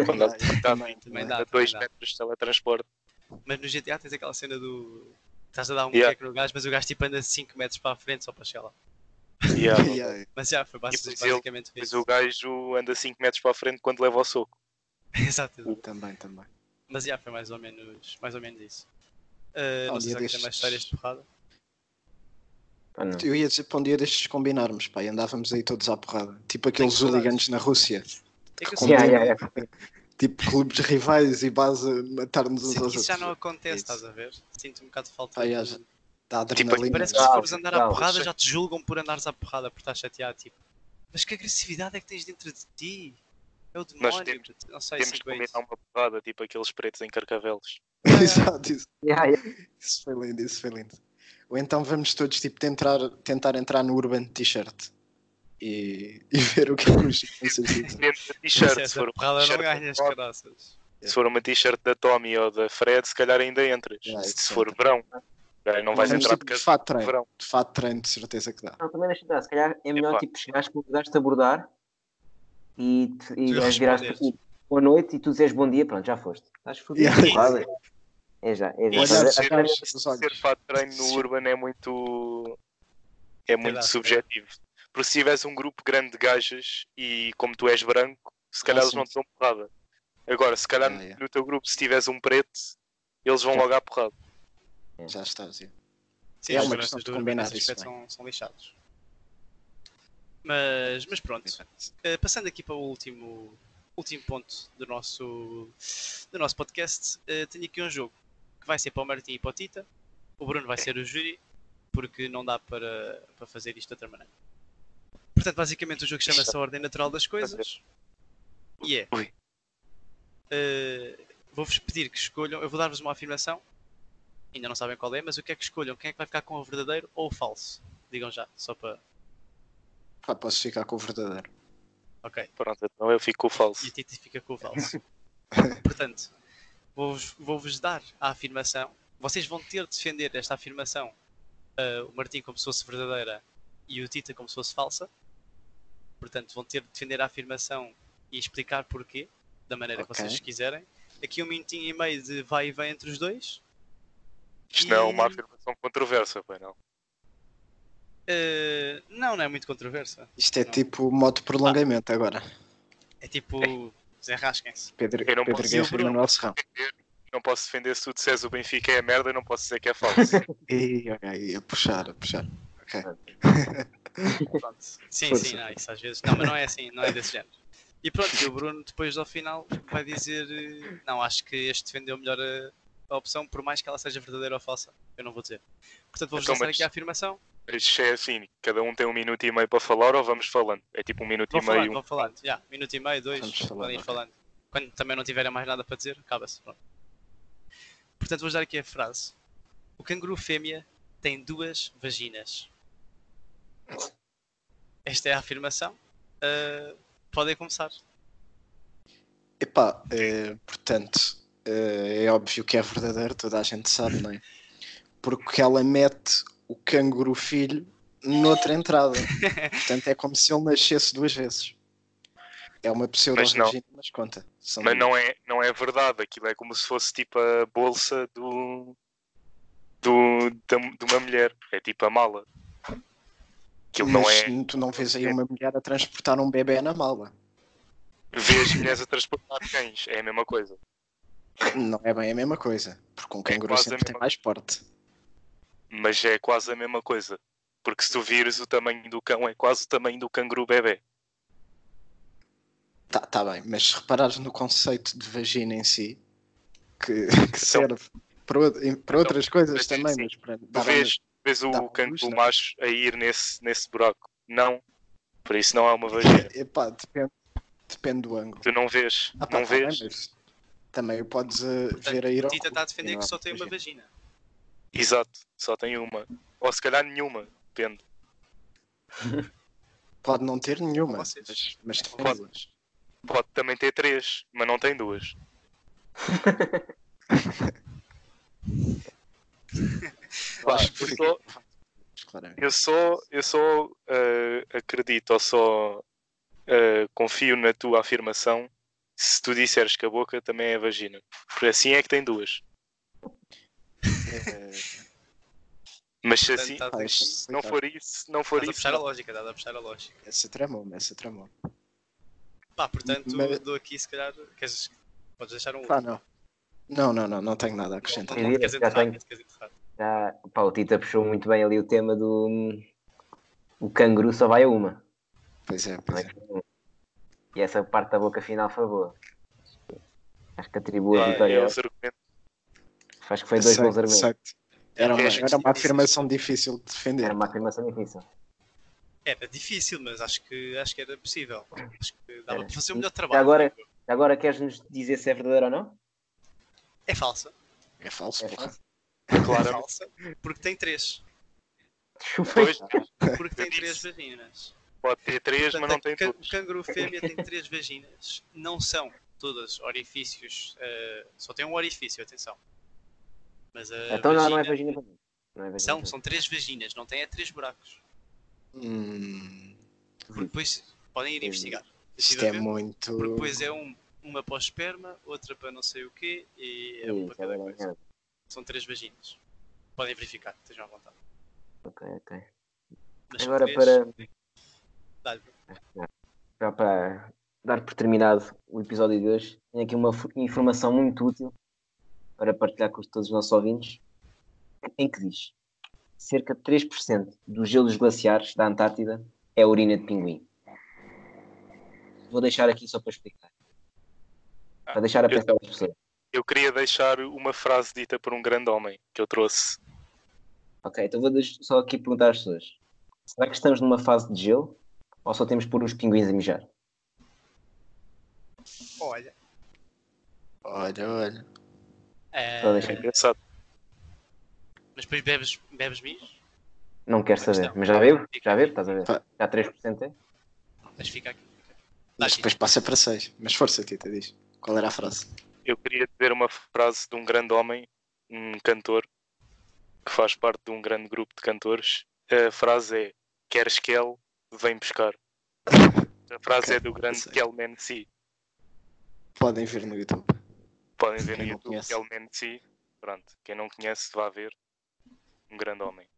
[SPEAKER 3] Quando
[SPEAKER 2] Yeah,
[SPEAKER 3] ele está
[SPEAKER 2] também,
[SPEAKER 4] também
[SPEAKER 2] também.
[SPEAKER 4] dá.
[SPEAKER 3] a 2
[SPEAKER 4] dá.
[SPEAKER 3] metros de teletransporte.
[SPEAKER 4] Mas no GTA tens aquela cena do. Estás a dar um
[SPEAKER 3] Yeah.
[SPEAKER 4] check no gajo, mas o gajo tipo anda 5 metros para a frente só para chegar lá.
[SPEAKER 3] Yeah, mano.
[SPEAKER 2] Yeah,
[SPEAKER 4] Mas já, foi basi-
[SPEAKER 3] E depois ele-
[SPEAKER 4] basicamente foi
[SPEAKER 3] Mas
[SPEAKER 4] isso.
[SPEAKER 3] Tipo, o gajo anda 5 metros para a frente quando leva o soco.
[SPEAKER 4] Exato. exato.
[SPEAKER 2] também, também.
[SPEAKER 4] Mas já, foi mais ou menos, mais ou menos isso. Uh,
[SPEAKER 2] Ah,
[SPEAKER 4] não
[SPEAKER 2] um
[SPEAKER 4] sei se
[SPEAKER 2] dia
[SPEAKER 4] alguém tem mais
[SPEAKER 2] destes-
[SPEAKER 4] histórias de porrada.
[SPEAKER 1] pá, não.
[SPEAKER 2] Eu ia dizer para um dia destes combinarmos, pá, e andávamos aí todos à porrada. Tipo aqueles
[SPEAKER 4] Tenho
[SPEAKER 2] hooligans na Rússia.
[SPEAKER 4] É que eu
[SPEAKER 2] Como
[SPEAKER 1] Yeah,
[SPEAKER 4] sei
[SPEAKER 2] é?
[SPEAKER 1] yeah, yeah.
[SPEAKER 2] Tipo clubes rivais e base a matar-nos uns
[SPEAKER 4] sinto
[SPEAKER 2] aos
[SPEAKER 4] que isso já não
[SPEAKER 2] outros.
[SPEAKER 4] acontece,
[SPEAKER 2] Isso.
[SPEAKER 4] estás a ver? Sinto um bocado de falta.
[SPEAKER 2] Ah,
[SPEAKER 4] de-
[SPEAKER 2] já, já. Dá
[SPEAKER 3] Tipo,
[SPEAKER 2] adrenalina.
[SPEAKER 4] Parece que
[SPEAKER 1] Não,
[SPEAKER 4] se fores andar à
[SPEAKER 1] não, é
[SPEAKER 4] porrada
[SPEAKER 3] sei.
[SPEAKER 4] já te julgam por andares à porrada por estar chateado. Tipo, mas que agressividade é que tens dentro de ti? É o demónio.
[SPEAKER 3] temos-
[SPEAKER 4] não sei
[SPEAKER 3] Temos
[SPEAKER 4] se
[SPEAKER 3] de combinar uma porrada, tipo aqueles pretos em carcavelos.
[SPEAKER 4] é-
[SPEAKER 2] Exato, isso,
[SPEAKER 1] Yeah, yeah.
[SPEAKER 2] isso foi lindo, isso foi lindo. Ou então vamos todos tipo tentar, tentar entrar no Urban T-shirt e, e ver o que é que os influencers dizem.
[SPEAKER 3] Dentro da t-shirt, se
[SPEAKER 4] é, Essa
[SPEAKER 3] for, um
[SPEAKER 4] porrada não
[SPEAKER 3] t-shirt
[SPEAKER 4] ganhas,
[SPEAKER 3] da Tommy,
[SPEAKER 4] caraças.
[SPEAKER 3] se for uma t-shirt da Tommy ou da Fred, se calhar ainda entras.
[SPEAKER 2] Yeah,
[SPEAKER 3] se,
[SPEAKER 2] isso
[SPEAKER 3] for
[SPEAKER 2] entra.
[SPEAKER 3] verão, já não vais
[SPEAKER 2] Vamos,
[SPEAKER 3] entrar de
[SPEAKER 2] tipo, de
[SPEAKER 3] casa
[SPEAKER 2] fato
[SPEAKER 3] de
[SPEAKER 2] treino,
[SPEAKER 3] verão.
[SPEAKER 2] de fato treino, de certeza que dá.
[SPEAKER 1] Não, também deixa estar. Se calhar é melhor
[SPEAKER 3] Epá.
[SPEAKER 1] tipo chegares com o gajo te abordar e, te- e
[SPEAKER 4] Tu
[SPEAKER 1] o gajo viraste
[SPEAKER 4] respondeste.
[SPEAKER 1] tipo, boa noite e tu dizes bom dia, pronto, já foste. Estás fodido.
[SPEAKER 2] Yeah.
[SPEAKER 1] porrada. É já, é já.
[SPEAKER 3] Olhar
[SPEAKER 1] Estás a-
[SPEAKER 3] sempre-
[SPEAKER 1] agora-
[SPEAKER 2] olhar nos olhos.
[SPEAKER 3] Ser fato de treino no Urban é muito. é muito
[SPEAKER 4] lá,
[SPEAKER 3] subjetivo. Porque se tivesse um grupo grande de gajas e como tu és branco, se calhar
[SPEAKER 2] Ah,
[SPEAKER 3] eles
[SPEAKER 2] sim.
[SPEAKER 3] não te dão porrada. Agora, se calhar
[SPEAKER 2] Ah, yeah.
[SPEAKER 3] no teu grupo, se tiveres um preto, eles vão logo à porrada.
[SPEAKER 2] Já estás. é.
[SPEAKER 4] Sim,
[SPEAKER 2] É
[SPEAKER 4] as
[SPEAKER 2] uma
[SPEAKER 4] seguranças
[SPEAKER 2] questão de
[SPEAKER 4] do-
[SPEAKER 2] combinar
[SPEAKER 4] nesse
[SPEAKER 2] isso
[SPEAKER 4] aspecto São, são lixados. Mas, mas pronto, Eh, passando aqui para o último, último ponto do nosso, do nosso podcast, eh, tenho aqui um jogo que vai ser para o Martim e para o Tita. O Bruno vai ser o júri, porque não dá para, para fazer isto de outra maneira. Portanto, basicamente o jogo chama-se a Ordem Natural das Coisas. E é.
[SPEAKER 3] Ui.
[SPEAKER 4] eh, Vou-vos pedir que escolham, eu vou dar-vos uma afirmação ainda não sabem qual é, mas o que é que escolham? Quem é que vai ficar com o verdadeiro ou o falso? Digam já, só para.
[SPEAKER 2] Pá, posso ficar com o verdadeiro.
[SPEAKER 4] Ok.
[SPEAKER 3] Pronto, então eu fico falso.
[SPEAKER 4] E a Titi fica com o falso. Portanto, vou-vos vou-vos dar a afirmação. Vocês vão ter de defender esta afirmação, eh, o Martim como se fosse verdadeira e o Tita como se fosse falsa. Portanto, vão ter de defender a afirmação e explicar porquê, da maneira que
[SPEAKER 2] Ok.
[SPEAKER 4] vocês quiserem. Aqui um minutinho e meio de vai e vem entre os dois.
[SPEAKER 3] Isto não é uma
[SPEAKER 4] E-
[SPEAKER 3] afirmação controversa, pois não.
[SPEAKER 4] Eh, não, não é muito controversa.
[SPEAKER 2] Isto é
[SPEAKER 4] Não.
[SPEAKER 2] tipo modo prolongamento agora.
[SPEAKER 4] É tipo. Desenrasquem-se.
[SPEAKER 2] Pedro,
[SPEAKER 3] Eu não
[SPEAKER 2] Pedro
[SPEAKER 3] posso-
[SPEAKER 2] Guerra
[SPEAKER 4] Eu,
[SPEAKER 2] e
[SPEAKER 4] Bruno.
[SPEAKER 2] Manuel Serrão.
[SPEAKER 3] Não posso defender se tu disseres o Benfica é merda, eu não posso dizer que é falso.
[SPEAKER 2] E, ok, a puxar, a puxar. Ok.
[SPEAKER 4] Pronto. Sim,
[SPEAKER 2] Força.
[SPEAKER 4] sim, não, isso às vezes. Não, mas não é assim, não é desse género. E pronto, e o Bruno depois ao final vai dizer: eh, Não, acho que este defendeu melhor a, a opção, por mais que ela seja verdadeira ou falsa. Eu não vou dizer. Portanto, vou-vos
[SPEAKER 3] Então,
[SPEAKER 4] lançar
[SPEAKER 3] mas-
[SPEAKER 4] aqui a afirmação.
[SPEAKER 3] Isto é assim, cada um tem um minuto e meio para falar ou vamos falando? É tipo um minuto
[SPEAKER 4] Vão
[SPEAKER 3] e meio.
[SPEAKER 4] falando, vão falando. Já, minuto e meio, dois,
[SPEAKER 2] Vamos falando,
[SPEAKER 4] podem ir
[SPEAKER 2] ok.
[SPEAKER 4] falando. Quando também não tiverem mais nada para dizer, acaba-se. Pronto. Portanto, vou-vos dar aqui a frase: O canguru fêmea tem duas vaginas. Esta é a afirmação. Eh, podem começar.
[SPEAKER 2] Epá, eh, portanto, eh, é óbvio que é verdadeiro, toda a gente sabe, não é? Porque ela mete o canguru filho noutra entrada. Portanto, é como se ele nascesse duas vezes. É uma
[SPEAKER 3] Mas não.
[SPEAKER 2] pseudo-regina, mas conta. São
[SPEAKER 3] Mas não é, não é verdade, aquilo é como se fosse tipo a bolsa do, do, da- de uma mulher. É tipo a mala. Aquilo não
[SPEAKER 2] Mas
[SPEAKER 3] é.
[SPEAKER 2] tu não vês aí uma mulher a transportar um bebê na mala.
[SPEAKER 3] Vês mulheres a transportar cães, é a mesma coisa.
[SPEAKER 2] Não é bem a mesma coisa, porque um canguru
[SPEAKER 3] é quase a
[SPEAKER 2] sempre tem
[SPEAKER 3] mesma-
[SPEAKER 2] mais porte.
[SPEAKER 3] Mas é quase a mesma coisa. Porque se tu vires o tamanho do cão, é quase o tamanho do canguru bebê.
[SPEAKER 2] Tá, tá bem, mas se reparares no conceito de vagina em si, que, que
[SPEAKER 3] Então,
[SPEAKER 2] serve para, o- em- para outras coisas
[SPEAKER 3] mas
[SPEAKER 2] também,
[SPEAKER 3] sim,
[SPEAKER 2] mas para
[SPEAKER 3] Tu
[SPEAKER 2] dar
[SPEAKER 3] vês, vês o
[SPEAKER 2] dá uma
[SPEAKER 3] canguru
[SPEAKER 2] luz, não?
[SPEAKER 3] macho a ir nesse, nesse buraco. Não. Por isso não é uma vagina.
[SPEAKER 2] uma- Epá, depende, depende do ângulo.
[SPEAKER 3] Tu não vês.
[SPEAKER 2] Ah, pá,
[SPEAKER 3] não
[SPEAKER 2] tá bem,
[SPEAKER 3] vês.
[SPEAKER 2] mas também o podes eh, ver a ir ao
[SPEAKER 4] Tita
[SPEAKER 2] cu,
[SPEAKER 4] está a defender
[SPEAKER 2] não
[SPEAKER 4] que
[SPEAKER 2] é
[SPEAKER 4] só tem uma
[SPEAKER 2] vagina.
[SPEAKER 4] vagina.
[SPEAKER 3] Exato. Só tem uma. Ou se calhar nenhuma. Depende.
[SPEAKER 2] Pode não ter nenhuma,
[SPEAKER 4] Vocês.
[SPEAKER 2] mas, mas tem
[SPEAKER 3] Pode.
[SPEAKER 2] duas.
[SPEAKER 3] Pode também ter três, mas não tem duas. Pá,
[SPEAKER 2] Acho que
[SPEAKER 3] eu
[SPEAKER 2] fica-
[SPEAKER 3] só-
[SPEAKER 2] Claramente.
[SPEAKER 3] Eu só, eu só ah, acredito ou só ah, confio na tua afirmação se tu disseres que a boca também é a vagina. Porque assim é que tem duas.
[SPEAKER 2] Eh,
[SPEAKER 3] Mas se
[SPEAKER 4] Portanto,
[SPEAKER 3] assim
[SPEAKER 4] estás
[SPEAKER 2] pá,
[SPEAKER 4] a-
[SPEAKER 2] isto-
[SPEAKER 3] não for isso, é não for
[SPEAKER 4] estás a
[SPEAKER 3] isso.
[SPEAKER 4] puxar a lógica, estás a puxar a lógica.
[SPEAKER 2] Essa tramou, essa tramou.
[SPEAKER 4] Pá, portanto,
[SPEAKER 2] Mas-
[SPEAKER 4] dou aqui se calhar. Queres, podes deixar um.
[SPEAKER 2] Pá, não. Não, não, não, não tenho nada a
[SPEAKER 4] não,
[SPEAKER 2] acrescentar.
[SPEAKER 4] não te queres
[SPEAKER 1] Já
[SPEAKER 4] enterrar,
[SPEAKER 1] tenho.
[SPEAKER 4] não te queres enterrar.
[SPEAKER 1] Já, pá, o Tita puxou muito bem ali o tema do. O canguru só vai a uma.
[SPEAKER 2] Pois é,
[SPEAKER 1] não
[SPEAKER 2] pois
[SPEAKER 1] é
[SPEAKER 2] é.
[SPEAKER 1] que não. E essa parte da boca final foi boa. Acho que atribuo a
[SPEAKER 3] Ah,
[SPEAKER 1] vitória.
[SPEAKER 3] eu
[SPEAKER 1] a ela.
[SPEAKER 3] argumento.
[SPEAKER 1] Acho que foi dois
[SPEAKER 2] Sei,
[SPEAKER 1] bons argumentos.
[SPEAKER 2] sei. Era uma,
[SPEAKER 3] É, gente,
[SPEAKER 2] era uma
[SPEAKER 4] difícil.
[SPEAKER 2] afirmação difícil de defender.
[SPEAKER 1] Era uma afirmação difícil.
[SPEAKER 3] Tá
[SPEAKER 4] Era É, difícil, mas acho que, acho que era possível. Acho que dava
[SPEAKER 1] Era.
[SPEAKER 4] para fazer o
[SPEAKER 1] É. E-
[SPEAKER 4] melhor trabalho.
[SPEAKER 1] agora- Agora queres-nos dizer se é verdadeiro ou não?
[SPEAKER 4] É falsa.
[SPEAKER 2] É falso,
[SPEAKER 1] É
[SPEAKER 2] porra.
[SPEAKER 4] É
[SPEAKER 3] Claramente.
[SPEAKER 4] falsa. Porque tem três.
[SPEAKER 1] Chupa.
[SPEAKER 3] Pois,
[SPEAKER 4] Porque
[SPEAKER 3] Eu
[SPEAKER 4] tem
[SPEAKER 3] disse.
[SPEAKER 4] três vaginas.
[SPEAKER 3] pode ter três, mas
[SPEAKER 4] Portanto, é
[SPEAKER 3] não
[SPEAKER 4] a
[SPEAKER 3] tem
[SPEAKER 4] can-
[SPEAKER 3] duas.
[SPEAKER 4] o canguru fêmea tem três vaginas. Não são todas orifícios. eh, só tem um orifício, atenção. Mas a
[SPEAKER 1] Então ela não é vagina
[SPEAKER 4] vagina-
[SPEAKER 1] para mim. Não é vagina
[SPEAKER 4] São,
[SPEAKER 1] para mim.
[SPEAKER 4] são três vaginas, não tem é três buracos.
[SPEAKER 2] Hum,
[SPEAKER 1] Uhum.
[SPEAKER 4] Porque depois podem ir investigar. Eu
[SPEAKER 2] isto
[SPEAKER 4] estive a
[SPEAKER 2] é
[SPEAKER 4] ver,
[SPEAKER 2] muito.
[SPEAKER 4] Porque depois é um, uma para o esperma, outra para não sei o quê e é
[SPEAKER 1] Ih,
[SPEAKER 4] uma
[SPEAKER 1] isso
[SPEAKER 4] para
[SPEAKER 1] é
[SPEAKER 4] cada
[SPEAKER 1] bem
[SPEAKER 4] coisa.
[SPEAKER 1] merda.
[SPEAKER 4] São três vaginas. Podem verificar, estejam à vontade.
[SPEAKER 1] Ok, ok.
[SPEAKER 4] Mas são
[SPEAKER 1] Agora
[SPEAKER 4] três.
[SPEAKER 1] para-
[SPEAKER 4] Dá-lhe.
[SPEAKER 1] Já para dar por terminado o episódio de hoje, tenho aqui uma fu- informação muito útil para partilhar com todos os nossos ouvintes, em que diz cerca de 3% do gelo dos glaciares da Antártida é urina de pinguim. Vou deixar aqui só para explicar. Para deixar a
[SPEAKER 3] eu-
[SPEAKER 1] pensar as pessoas.
[SPEAKER 3] Eu queria deixar uma frase dita por um grande homem que eu trouxe.
[SPEAKER 1] Ok, então vou deix- só aqui perguntar às pessoas. Será que estamos numa fase de gelo? Ou só temos por os pinguins a mijar?
[SPEAKER 4] Olha.
[SPEAKER 2] Olha, olha.
[SPEAKER 4] eh,
[SPEAKER 1] Só deixa-
[SPEAKER 3] É Engraçado.
[SPEAKER 4] mas depois bebes, bebes mijo?
[SPEAKER 1] Não quero
[SPEAKER 4] Pois
[SPEAKER 1] saber.
[SPEAKER 4] não.
[SPEAKER 1] Mas já bebo?
[SPEAKER 4] Fica
[SPEAKER 1] Já
[SPEAKER 4] aí.
[SPEAKER 1] bebo? Estás a ver?
[SPEAKER 2] Tá.
[SPEAKER 1] Já 3% é?
[SPEAKER 4] Mas fica aqui. fica aqui.
[SPEAKER 2] Mas depois passa para seis Mas força, Tita, diz. Qual era a frase?
[SPEAKER 3] Eu queria dizer uma frase de um grande homem, um cantor, que faz parte de um grande grupo de cantores. A frase é: Queres que ele vem pescar? A frase
[SPEAKER 2] Ok,
[SPEAKER 3] é do grande
[SPEAKER 2] sei.
[SPEAKER 3] Kelman C.
[SPEAKER 2] Podem ver no YouTube.
[SPEAKER 3] Podem ver no
[SPEAKER 2] Quem não
[SPEAKER 3] YouTube
[SPEAKER 2] conhece.
[SPEAKER 3] Kelman C. Pronto, quem não conhece, vá ver. Um grande homem.